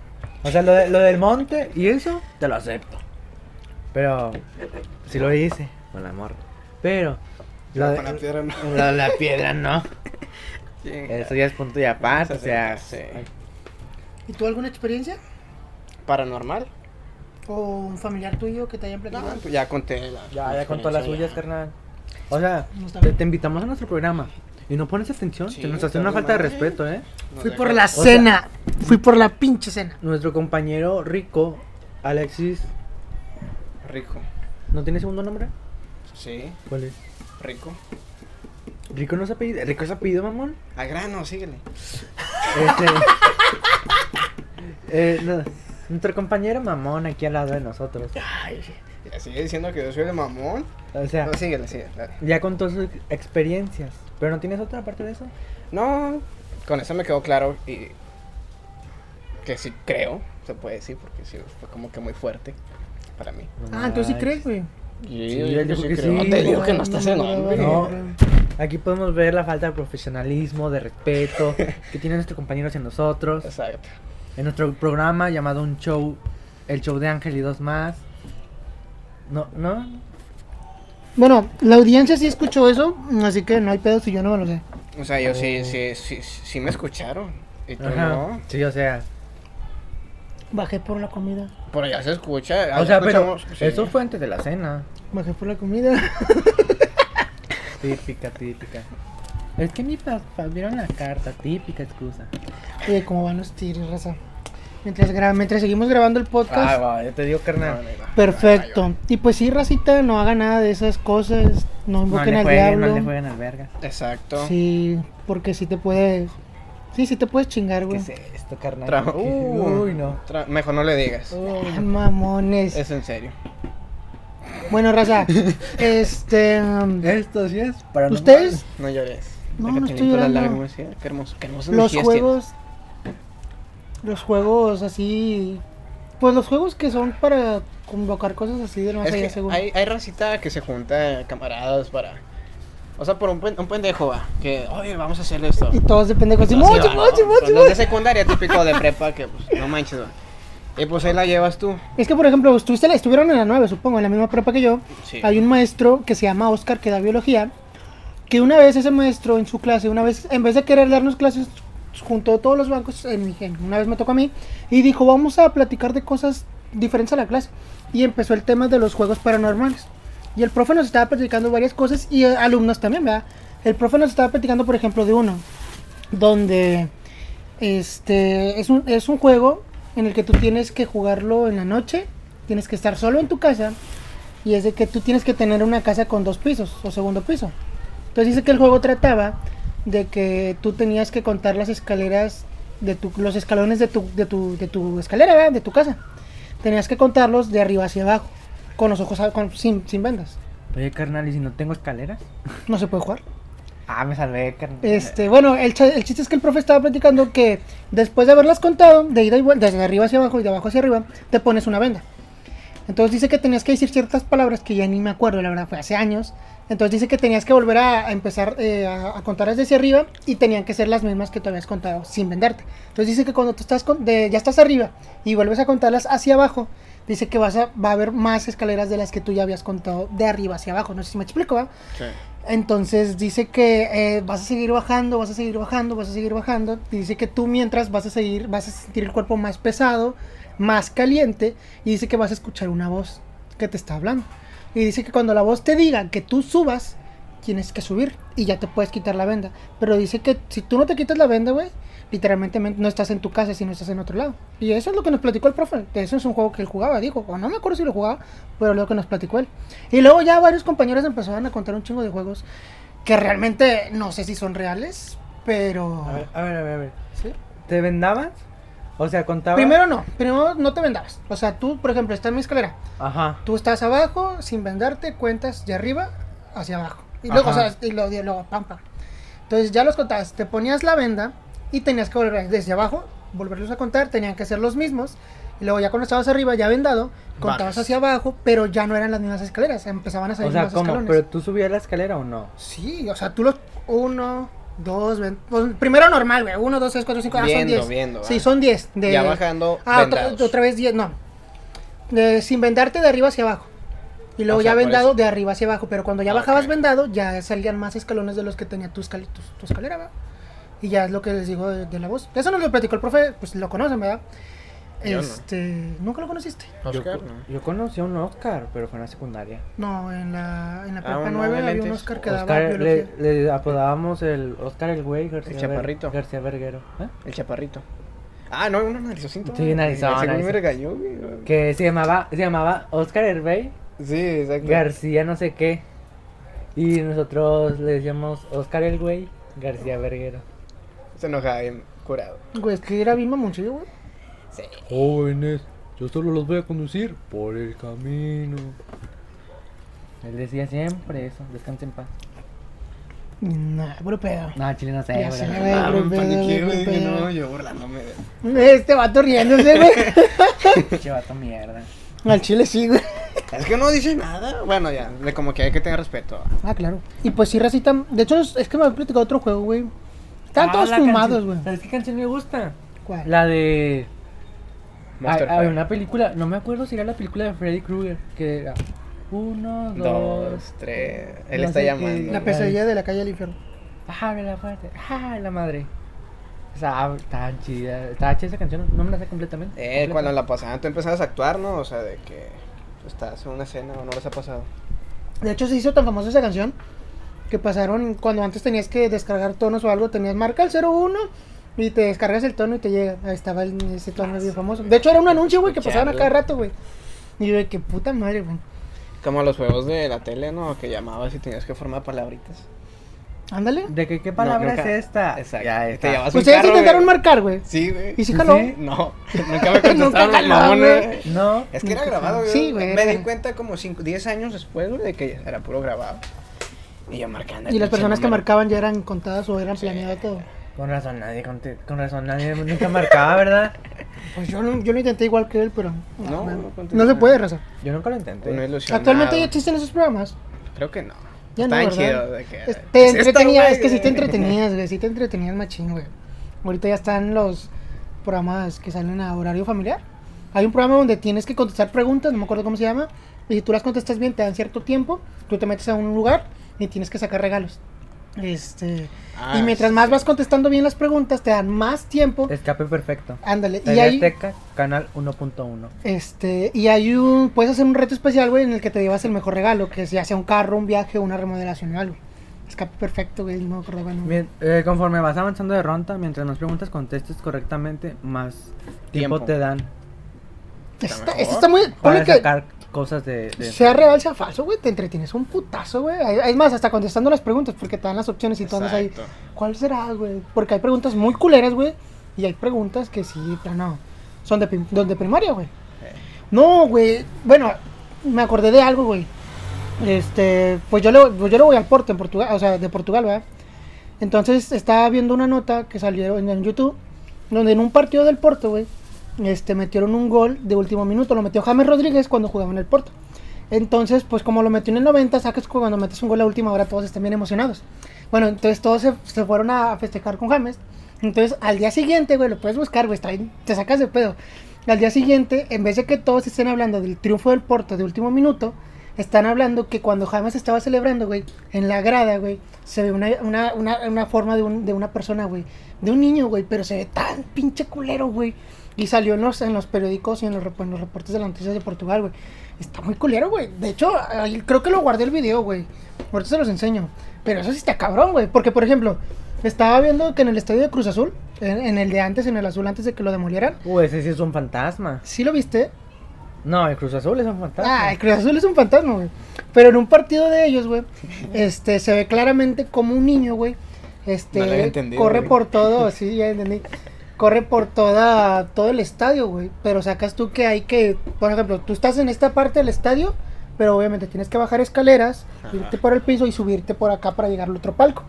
A: O sea, lo, de- lo del monte y eso, te lo acepto. Pero, si lo hice, con la morra. Pero, lo
B: Pero
A: de,
B: con la piedra no.
A: lo de la piedra no.
B: Sí.
A: Eso ya es punto y aparte, o sea.
B: Sí.
C: ¿Y tú alguna experiencia?
B: ¿Paranormal?
C: ¿O un familiar tuyo que te hayan
B: No,
C: platicado?
B: pues ya conté la.
A: Ya, ya con todas las suyas,
B: experiencia,
A: carnal. O sea,
C: No está
A: te,
C: bien.
A: te invitamos a nuestro programa y no pones atención,
B: Sí,
A: que nos hace
B: está
A: una
B: bien
A: falta de
B: mal.
A: respeto, ¿eh?
B: ya. Nos
C: Fui
B: dejó-
C: por la
A: sea-
C: cena. Fui por la pinche cena.
A: Nuestro compañero rico, Alexis,
B: Rico.
A: ¿no tiene segundo nombre?
B: Sí,
A: ¿Cuál es?
B: rico.
A: Rico no se apellido. ¿Rico es apellido, mamón?
B: Al grano, síguele.
A: Este, eh, no, nuestro compañero mamón aquí al lado de nosotros.
B: Sigue diciendo que yo soy el mamón.
A: O sea,
B: No, síguele, síguele. dale.
A: ya contó sus ex- experiencias. ¿Pero no tienes otra aparte de eso?
B: No, con eso me quedó claro y que sí creo, se puede decir, porque sí fue como que muy fuerte para mí.
C: Ah, entonces sí crees, güey.
B: Y
A: Sí, él dijo que sí.
B: No te digo que no estás en
C: hombre.
B: hombre.
A: No. Aquí podemos ver la falta de profesionalismo, de respeto que tienen nuestros compañeros en nosotros.
B: Exacto.
A: En nuestro programa llamado Un Show, el show de Ángel y dos más. No, no.
C: Bueno, la audiencia sí escuchó eso, así que no hay pedo si yo no me lo sé.
B: O sea, yo sí, sí, sí, sí me escucharon. Y tú
A: Ajá.
B: no.
A: Sí, o sea.
C: Bajé por la comida.
B: Por allá se escucha. allá
A: O sea, pero
B: Ah, escuchamos, sí.
A: eso fue antes de la cena.
C: Bajé por la comida.
A: Típica, típica. Es que mi papá vieron la carta, típica excusa.
C: Oye, Eh, cómo van los tiros, raza. Mientras, gra- mientras seguimos grabando el
D: Ah,
C: podcast.
A: va, yo te digo,
B: No,
A: carnal.
B: no, no.
C: Perfecto. Y pues sí, racita, no haga nada de esas cosas. No
A: No,
C: invoquen
A: le
C: al
A: jueguen, no
C: diablo.
A: le jueguen al verga.
B: Exacto.
C: sí, porque sí te puede. Sí, sí te puedes chingar,
A: ¿Qué
C: güey.
A: es esto, carnal?
B: Tra-
A: Uy, no.
B: Tra- Mejor no le digas.
C: Ah, Mamones.
B: Es en serio.
C: Bueno, raza, este. um,
A: Esto sí es para
C: ¿Ustedes?
B: No llores.
C: No,
B: Déjate
C: no estoy
B: limpio las
C: llorando.
B: lágrimas, ¿sí? Qué hermoso, qué hermosos
C: Los
B: mejillas tienes.
C: juegos. Los juegos así. Pues los juegos que son para convocar cosas así de no
B: Es
C: allá,
B: que
C: según.
B: hay, hay racita que se junta camaradas para. O sea, por un, pen- un pendejo va. Que, oye, vamos a hacer esto.
C: Y todos de pendejos.
B: Así
C: Simón,
B: va,
C: Simón,
B: ¿no?
C: Simón,
B: Son
C: Simón.
B: Los de secundaria típico de prepa que, pues, no manches, va. Y pues ahí la llevas tú.
C: Es que, por ejemplo, estuviste, la- estuvieron en la 9, supongo, en la misma prepa que yo.
B: Sí.
C: Hay un maestro que se llama Oscar que da biología, que una vez ese maestro en su clase, una vez, en vez de querer darnos clases, juntó todos los bancos, en mi gen, una vez me tocó a mí, y dijo, vamos a platicar de cosas diferentes a la clase. Y empezó el tema de los juegos paranormales. Y el profe nos estaba platicando varias cosas y eh, alumnos también, ¿verdad? El profe nos estaba platicando, por ejemplo, de uno, donde este es un, es un juego en el que tú tienes que jugarlo en la noche, tienes que estar solo en tu casa y es de que tú tienes que tener una casa con dos pisos o segundo piso. Entonces dice que el juego trataba de que tú tenías que contar las escaleras de tu, los escalones de tu, de tu, de tu escalera, ¿verdad? de tu casa. Tenías que contarlos de arriba hacia abajo, con los ojos a- con- sin, sin vendas.
D: Oye, carnal, ¿y si no tengo escaleras?
C: No se puede jugar.
D: Ah, me salvé, carnal.
C: Este, bueno, el, cha- el chiste es que el profe estaba platicando que después de haberlas contado, de ida y vuelta, desde arriba hacia abajo y de abajo hacia arriba, te pones una venda. Entonces dice que tenías que decir ciertas palabras que ya ni me acuerdo, la verdad, fue hace años. Entonces dice que tenías que volver a, a empezar eh, a, a contar desde hacia arriba y tenían que ser las mismas que tú habías contado sin vendarte. Entonces dice que cuando tú estás con- de- ya estás arriba y vuelves a contarlas hacia abajo, dice que vas a, va a haber más escaleras de las que tú ya habías contado de arriba hacia abajo. No sé si me explico, ¿va? Entonces dice que eh, vas a seguir bajando, vas a seguir bajando, vas a seguir bajando. Y dice que tú mientras vas a seguir, vas a sentir el cuerpo más pesado, más caliente. Y dice que vas a escuchar una voz que te está hablando. Y dice que cuando la voz te diga que tú subas, tienes que subir y ya te puedes quitar la venda. Pero dice que si tú no te quitas la venda, güey, literalmente men- no estás en tu casa, sino estás en otro lado. Y eso es lo que nos platicó el profe. De Eso es un juego que él jugaba, dijo. O no me acuerdo si lo jugaba, pero lo que nos platicó él. Y luego ya varios compañeros empezaron a contar un chingo de juegos que realmente no sé si son reales, pero...
D: A ver, a ver, a ver. a ver.
C: Sí.
D: ¿Te vendabas? O sea, contabas.
C: Primero no, primero no te vendabas. O sea, tú, por ejemplo, estás en mi escalera.
D: Ajá.
C: Tú estás abajo, sin vendarte, cuentas de arriba hacia abajo. Y luego,
D: Ajá.
C: o sea, y luego, y luego, pam, pam. Entonces ya los contabas, te ponías la venda y tenías que volver desde abajo, volverlos a contar, tenían que ser los mismos. Y luego ya cuando estabas arriba, ya vendado, contabas
B: Bajas.
C: hacia abajo, pero ya no eran las mismas escaleras, empezaban a salir
D: O sea,
C: más
D: ¿cómo?
C: escalones.
D: ¿Pero tú subías la escalera o no?
C: Sí, o sea, tú los... Uno, dos, ven- pues, primero normal, güey. Uno, dos, tres, cuatro, cinco, ah, son
B: Viendo,
C: diez.
B: viendo,
C: Sí,
B: ah.
C: son diez. de-
B: Ya bajando.
C: Ah, otra,
B: vendados.
C: otra vez 10, no. De- sin vendarte de arriba hacia abajo. Y luego
B: O sea,
C: ya
B: por
C: vendado
B: eso.
C: de arriba hacia abajo. Pero cuando ya
B: Ah,
C: bajabas
B: ok.
C: vendado, ya salían más escalones de los que tenía tu, escal- tu, tu escalera, ¿verdad? Y ya es lo que les digo de, de la voz. Eso nos lo platicó el profe, pues lo conocen, ¿verdad?
B: Yo no.
C: Este, ¿Nunca lo conociste?
B: Oscar,
D: yo,
B: ¿no?
D: yo conocí a un Oscar, pero fue en la secundaria.
C: No, en la, en la
B: Ah,
C: prepa
B: uno de
C: 9 había un
B: lentes.
C: Oscar que daba
D: Oscar,
C: biología.
D: le, le apodábamos el Oscar el güey García,
B: El
D: Ver-
B: chaparrito.
D: García Verguero. ¿eh?
B: El chaparrito. Ah, no, una narizocito.
D: Sí, narizón,
B: Según me
D: narizón.
B: regañó, güey.
D: Que se llamaba, se llamaba Oscar el güey
B: Sí, exacto.
D: García no sé qué. Y nosotros le decíamos Oscar el güey García Verguero.
B: Se enojaba bien curado.
C: Güey, es que era bien mamoncillo, güey.
E: Jóvenes, yo solo los voy a conducir por el camino.
D: Él decía siempre eso, descansa en paz.
C: Nah, puro pedo.
D: No, chile no sé,
C: Ya
D: güey.
C: sé, güey.
B: Ah,
C: pero
B: me
C: pedo,
B: paniqué, güey.
C: pero
B: Dije,
C: pedo.
B: no, yo burlándome. de-
C: Este vato riéndose, güey.
D: Pinche vato mierda.
C: Al chile sí, güey.
B: Es que no dice nada. Bueno, ya, de como que hay que tener respeto.
C: Ah, claro. Y pues sí, Racita. De hecho, es que me había platicado otro juego, güey. Están
D: Ah,
C: todos
D: la
C: fumados,
D: canción-
C: güey.
D: ¿Sabes qué canción me gusta?
C: ¿Cuál?
D: La de. Hay,
B: Monster
D: hay
B: Fire.
D: una película, no me acuerdo si era la película de Freddy Krueger, que era. Uno,
B: Dos,
D: dos.
B: tres. Él
D: no
B: está
D: sé
B: llamando. Eh,
D: qué-
C: La pesadilla de la calle del infierno.
D: Abre la puerta. ¡Ah, la madre! O sea,
A: ah,
D: ab- tan chida. Estaba chida esa canción, no me la sé completamente.
B: Eh,
D: completa.
B: cuando la pasaban, tú empezabas a actuar, ¿no? O sea, de que estás en una escena o no les ha pasado.
C: De hecho, se hizo tan famosa esa canción que pasaron cuando antes tenías que descargar tonos o algo, tenías marca el 01 y te descargas el tono y te llega. Ahí estaba el- ese tono bien famoso. De hecho, era un anuncio, güey, que pasaban a cada rato, güey. Y yo, de que puta madre, güey.
B: Como los juegos de la tele, ¿no? Que llamabas y tenías que formar palabritas.
C: Ándale.
D: ¿De que, qué palabra
B: nunca-
D: es esta?
B: Exacto.
D: Ya
B: Y
D: está.
B: te llevabas un
C: Ustedes
B: carro,
C: Pues intentaron
B: güey.
C: marcar, güey.
B: Sí, güey.
C: ¿Y si jaló?
D: ¿Sí?
B: No, nunca me contestaron eh".
C: Nunca
B: los
C: jaló,
B: mamones.
C: güey.
D: No.
B: Es que era
C: Nunca
B: grabado,
C: jaló.
B: güey.
C: Sí, güey,
B: Me
C: era.
B: di cuenta como 10 años después, güey, de que era puro grabado. Y yo marcando. el
C: Y las
B: pinche
C: personas que
B: número.
C: marcaban ya eran contadas o eran planeado todo.
D: Con razón nadie, conte- con, razón nadie nunca marcaba, ¿verdad?
C: Pues yo, no- yo lo intenté igual que él, pero.
B: No, no
C: no,
B: contesta.
C: no se puede, raza.
D: Yo nunca lo intenté.
B: Uno ilusionado.
C: Actualmente ya existen esos programas.
B: Creo que no.
C: Ya no,
B: Estaban
C: ¿verdad?
B: chidos. de que- Ah,
C: Es-
B: ¿qué
C: te
B: Eh, es esta,
C: entretenías,
B: güey?
C: es que si te entretenías, güey, si te entretenías machín, güey. Ahorita ya están los programas que salen a horario familiar. Hay un programa donde tienes que contestar preguntas, no me acuerdo cómo se llama, y si tú las contestas bien te dan cierto tiempo, tú te metes a un lugar y tienes que sacar regalos. Este,
B: Ah,
C: y mientras
B: sí.
C: más vas contestando bien las preguntas, te dan más tiempo.
A: Escape perfecto.
C: Ándale, y
A: Tele
C: hay,
A: Azteca, canal 1.1.
C: este, y hay un, puedes hacer un reto especial, güey, en el que te llevas el mejor regalo, que ya sea un carro, un viaje, una remodelación o algo. Escape perfecto, güey, no me acuerdo. Bueno,
A: Mien- eh, conforme vas avanzando de ronda, mientras más preguntas contestes correctamente, más tiempo,
B: Tiempo.
A: te dan
C: Esta,
B: mejor.
C: esta está muy.
A: para
C: Ponle que
A: sacar cosas de. de-
C: sea real, sea falso, güey. Te entretienes un putazo, güey. Hay- Es más, hasta contestando las preguntas, porque te dan las opciones y todas ahí.
B: Exacto.
C: ¿Cuál será, güey? Porque hay preguntas muy culeras, güey. Y hay preguntas que sí, pero no. Son de, prim- don- de primaria, güey. No, güey. Bueno, me acordé de algo, güey. Este, pues yo le, pues yo le voy al Porto en Portugal, o sea, de Portugal, ¿verdad? Entonces estaba viendo una nota que salió en, en YouTube, donde en un partido del Porto, güey, este, metieron un gol de último minuto. Lo metió James Rodríguez cuando jugaba en el Porto. Entonces, pues como lo metió en el 90, sacas cu- cuando metes un gol a última hora, todos están bien emocionados. Bueno, entonces todos se, se fueron a festejar con James. Entonces, al día siguiente, güey, lo puedes buscar, güey, está bien, te sacas de pedo. Al día siguiente, en vez de que todos estén hablando del triunfo del Porto de último minuto, están hablando que cuando James estaba celebrando, güey, en la grada, güey, se ve una, una, una, una forma de, un- de una persona, güey, de un niño, güey, pero se ve tan pinche culero, güey. Y salió en los, en los periódicos y en los, rep- en los reportes de las noticias de Portugal, güey. Está muy culero, güey. De hecho, ahí creo que lo guardé el video, güey. Ahorita se los enseño. Pero eso sí está cabrón, güey. Porque, por ejemplo, estaba viendo que en el estadio de Cruz Azul, en, en el de antes, en el azul, antes de que lo demolieran,
A: Uh, ese sí es un fantasma.
C: ¿sí lo viste?
A: No, el Cruz Azul es un fantasma.
C: Ah, el Cruz Azul es un fantasma, güey. Pero en un partido de ellos, güey, este, se ve claramente como un niño, güey, este,
B: No lo había entendido,
C: corre
B: güey.
C: por todo, sí, ya entendí. Corre por toda, todo el estadio, güey. Pero sacas tú que hay que, por ejemplo, tú estás en esta parte del estadio, pero obviamente tienes que bajar escaleras,
B: Ajá.
C: irte por el piso y subirte por acá para llegar al otro palco.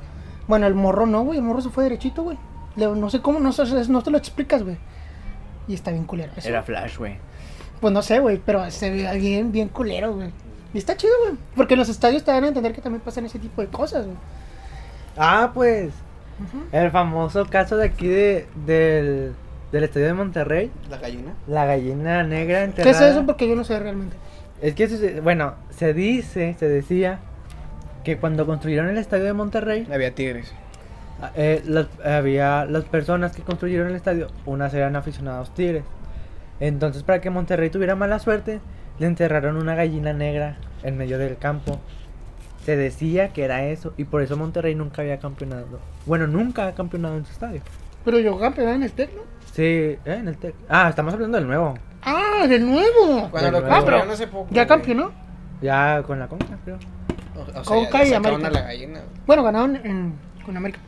C: Bueno, el morro no, güey, el morro se fue derechito, güey. Le- No sé cómo, no, sé- no te lo explicas, güey. Y está bien culero. eso.
A: Era Flash, güey.
C: Pues no sé, güey, pero se ve bien, bien culero, güey. Y está chido, güey. Porque en los estadios te dan a entender que también pasan ese tipo de cosas, güey.
A: Ah, pues. El famoso caso de aquí de, del, del estadio de Monterrey.
B: La gallina.
A: La gallina negra
C: ¿Qué
A: enterrada.
C: es eso? Porque yo no sé realmente.
A: Es que, eso se- bueno, se dice, se decía que cuando construyeron el estadio de Monterrey,
B: Había tigres.
A: eh, las, había las personas que construyeron el estadio, unas eran aficionados tigres. Entonces, para que Monterrey tuviera mala suerte, le enterraron una gallina negra en medio del campo. Se decía que era eso, y por eso Monterrey nunca había campeonado. Bueno, nunca ha campeonado en su estadio.
C: Pero yo campeón en el Tec, ¿no?
A: Sí, eh, en el Tec. Ah, estamos hablando del nuevo.
C: ¡Ah, de nuevo!
A: Pero-
B: Cuando lo
A: Ah,
B: compraron
C: pero-
B: hace poco.
C: Ya
B: güey.
C: campeonó.
A: Ya con la conca, creo.
B: O, o sea,
C: Coca
B: ya
C: y
B: sacaron
C: América.
B: a la gallina. güey.
C: Bueno, ganaron en, con América.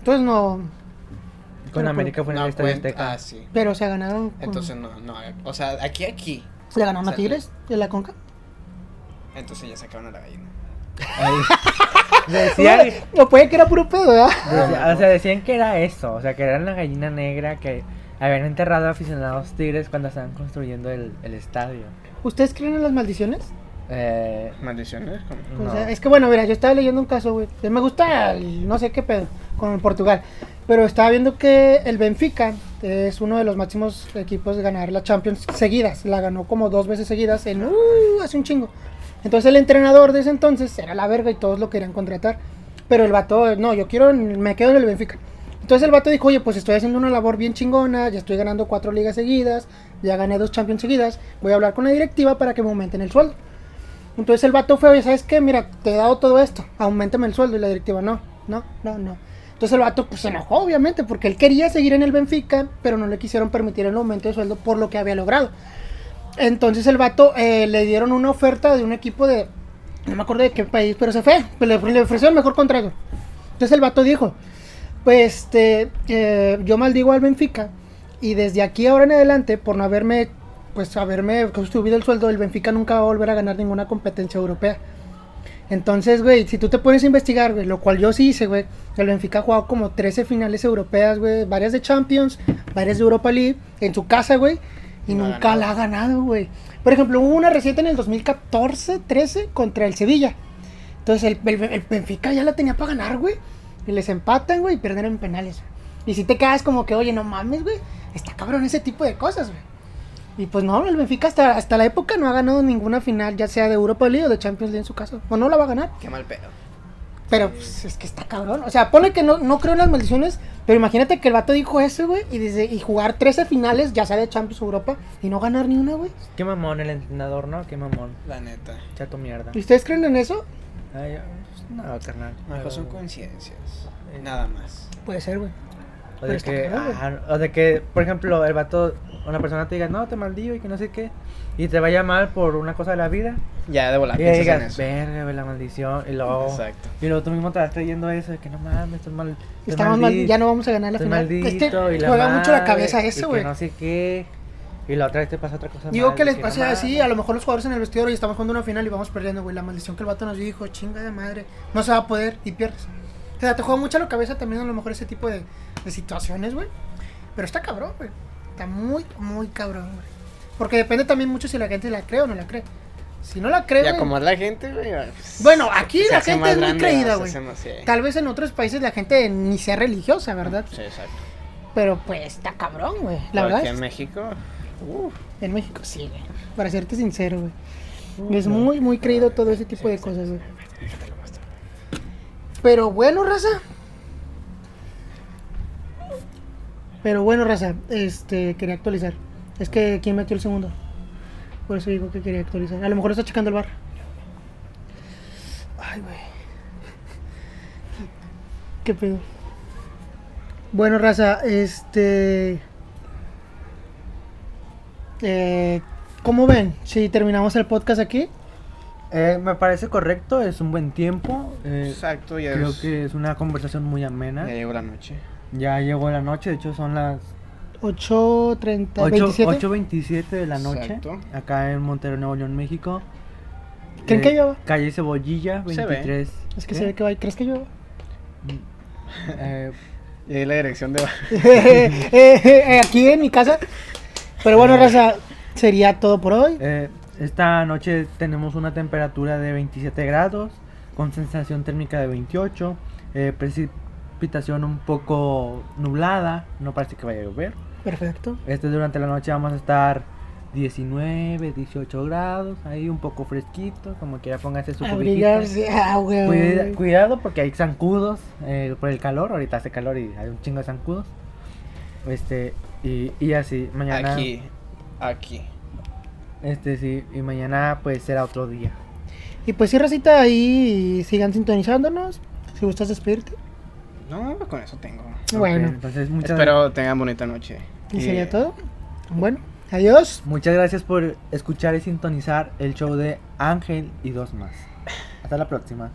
C: Entonces no.
A: Con
C: Pero-
A: América fue en el
B: No
A: Estadio
B: cuenta-
A: Azteca.
B: Ah, sí.
C: Pero se ganaron. con-
B: Entonces no, no. O sea, aquí, aquí.
C: ¿Le
B: o
C: ganaron
B: sea,
C: a Tigres de la Conca?
B: Entonces ya sacaron a la gallina.
A: Decían-
C: No puede que era puro pedo, ¿verdad?
A: Decía- o sea, decían que era eso, o sea, que era la gallina negra que habían enterrado a aficionados tigres cuando estaban construyendo el, el estadio.
C: ¿Ustedes creen en las maldiciones?
A: Eh,
B: Maldiciones. ¿cómo?
C: O
A: no.
C: sea, Pues es que bueno, mira, yo estaba leyendo un caso, güey. que Me gusta, el- no sé qué pedo, con el Portugal. Pero estaba viendo que el Benfica es uno de los máximos equipos de ganar la Champions seguidas. La ganó como dos veces seguidas en, uh, hace un chingo. Entonces el entrenador de ese entonces era la verga y todos lo querían contratar. Pero el vato, no, yo quiero, me quedo en el Benfica. Entonces el vato dijo, oye, pues estoy haciendo una labor bien chingona, ya estoy ganando cuatro ligas seguidas, ya gané dos Champions seguidas, voy a hablar con la directiva para que me aumenten el sueldo. Entonces el vato fue, oye, ¿sabes qué? Mira, te he dado todo esto, aumentame el sueldo. Y la directiva, no, no, no, no. Entonces el vato pues, se enojó, obviamente, porque él quería seguir en el Benfica, pero no le quisieron permitir el aumento de sueldo por lo que había logrado. Entonces el vato eh, le dieron una oferta de un equipo de, no me acuerdo de qué país, pero se fue, le, le ofreció el mejor contrato. Entonces el vato dijo, pues este, eh, yo maldigo al Benfica y desde aquí ahora en adelante, por no haberme, pues haberme subido el sueldo, el Benfica nunca va a volver a ganar ninguna competencia europea. Entonces, güey, si tú te pones a investigar, güey, lo cual yo sí hice, güey, el Benfica ha jugado como 13 finales europeas, güey, varias de Champions, varias de Europa League, en su casa, güey, y
B: No ha
C: nunca
B: ganado.
C: la ha ganado, güey. Por ejemplo, hubo una reciente en el 2014-13 contra el Sevilla. Entonces el, el- el Benfica ya la tenía para ganar, güey. Y les empatan, güey, y pierden en penales. Y si te quedas como que, oye, no mames, güey. Está cabrón ese tipo de cosas, güey. Y pues no, el Benfica hasta, hasta la época no ha ganado ninguna final, ya sea de Europa League o de Champions League en su caso. O no la va a ganar.
B: Qué mal pedo.
C: Pero pues, es que está cabrón. O sea, pone que no, no creo en las maldiciones, pero imagínate que el vato dijo eso, güey, y, dice- y jugar 13 finales, ya sea de Champions o Europa, y no ganar ni una, güey.
A: Qué mamón el entrenador, ¿no? Qué mamón.
B: La neta.
A: Chato mierda.
C: ¿Y ustedes creen en eso?
A: Ay, ya, pues, no, carnal.
B: Mejor
C: Ah.
B: son coincidencias.
C: Eh.
B: Nada más.
C: Puede ser, güey.
A: O
C: Pero
A: de,
C: está
A: que,
C: cabrón, güey.
A: ajá, o de que, por ejemplo, el vato, una persona te diga, no, te maldío y que no sé qué, y te vaya mal por una cosa de la vida,
B: Ya, de volar.
A: y
B: piensas en
A: digas,
B: eso.
A: verga, güey, la maldición, y luego,
B: Exacto.
A: y luego tú mismo te vas creyendo eso, de que no mames, estoy mal, estoy
C: Estamos mal,
A: maldito,
C: ya no vamos a ganar la
A: estoy
C: final.
A: maldito,
C: este
A: y la
C: juega mucho la
A: madre,
C: cabeza
A: y que
C: eso, güey.
A: no sé qué, y la otra vez te pasa otra cosa
C: Digo
A: mal,
C: que
A: y
C: les
A: no
C: pase
A: mames.
C: así, a lo mejor los jugadores en el vestidor y estamos jugando una final y vamos perdiendo, güey. La maldición que el vato nos dijo, chinga de madre, no se va a poder y pierdes. O sea, te juega mucho la cabeza también a lo mejor ese tipo de, de situaciones, güey. Pero está cabrón, güey. Está muy, muy cabrón, güey. Porque depende también mucho si la gente la cree o no la cree. Si no la cree,
B: Ya
C: güey,
B: como es la gente, güey. pues,
C: Bueno, aquí
B: se
C: la
B: hace
C: gente
B: más
C: es muy
B: grande,
C: creída,
B: se
C: güey.
B: hace más- sí.
C: tal vez en otros países la gente ni sea religiosa, ¿verdad?
B: Sí, exacto.
C: Pero pues está cabrón, güey.
B: Pero
C: La verdad.
B: aquí
C: es-
B: en México, uff,
C: En México sí, güey. Para serte sincero, güey. Es muy, muy creído todo ese tipo de cosas, güey. Pero bueno, raza. Pero bueno, raza. Este, quería actualizar. Es que ¿quién metió el segundo? Por eso digo que quería actualizar. A lo mejor está checando el bar. Ay, güey. Qué pedo. Bueno, raza, este. Eh, ¿Cómo ven? Si terminamos el podcast aquí.
A: Eh, me parece correcto, es un buen tiempo, eh,
B: exacto, ya
A: creo
B: es-
A: que es una conversación muy amena,
B: Ya llegó la noche.
A: ya llegó la noche, de hecho son las
C: 8.30, 27.
A: 8.27 de la noche,
B: Exacto.
A: acá en Montero, Nuevo León, México.
C: ¿Creen
A: Eh,
C: que llueva?
A: Calle Cebollilla,
B: Se ve.
A: 23.
C: Es que se ve que va. ¿Crees que llueva?
A: Eh,
B: Y ahí la dirección de.
C: Eh, eh, eh, aquí en mi casa. Pero bueno, raza, sería todo por hoy.
A: eh, esta noche tenemos una temperatura de 27 grados, con sensación térmica de 28, eh, precipitación un poco nublada, no parece que vaya a llover.
C: Perfecto.
A: Este durante la noche vamos a estar 19, 18 grados, ahí un poco fresquito, como quiera póngase su cobijita.
C: Abrigarse. Ah, güey.
A: Cuida- cuidado porque hay zancudos eh, por el calor. Ahorita hace calor y hay un chingo de zancudos. Este, y, y así, mañana.
B: Aquí, aquí.
A: Este, sí, y mañana pues será otro día.
C: Y pues sí, racita, ahí sigan sintonizándonos. Si gustas despedirte.
B: No, con eso tengo.
A: Ok, Eh,
C: Bueno,
A: entonces, muchas,
B: Espero tengan bonita noche.
C: y sería todo. Bueno, adiós.
A: muchas gracias por escuchar y sintonizar el show de Ángel y dos más. Hasta la próxima.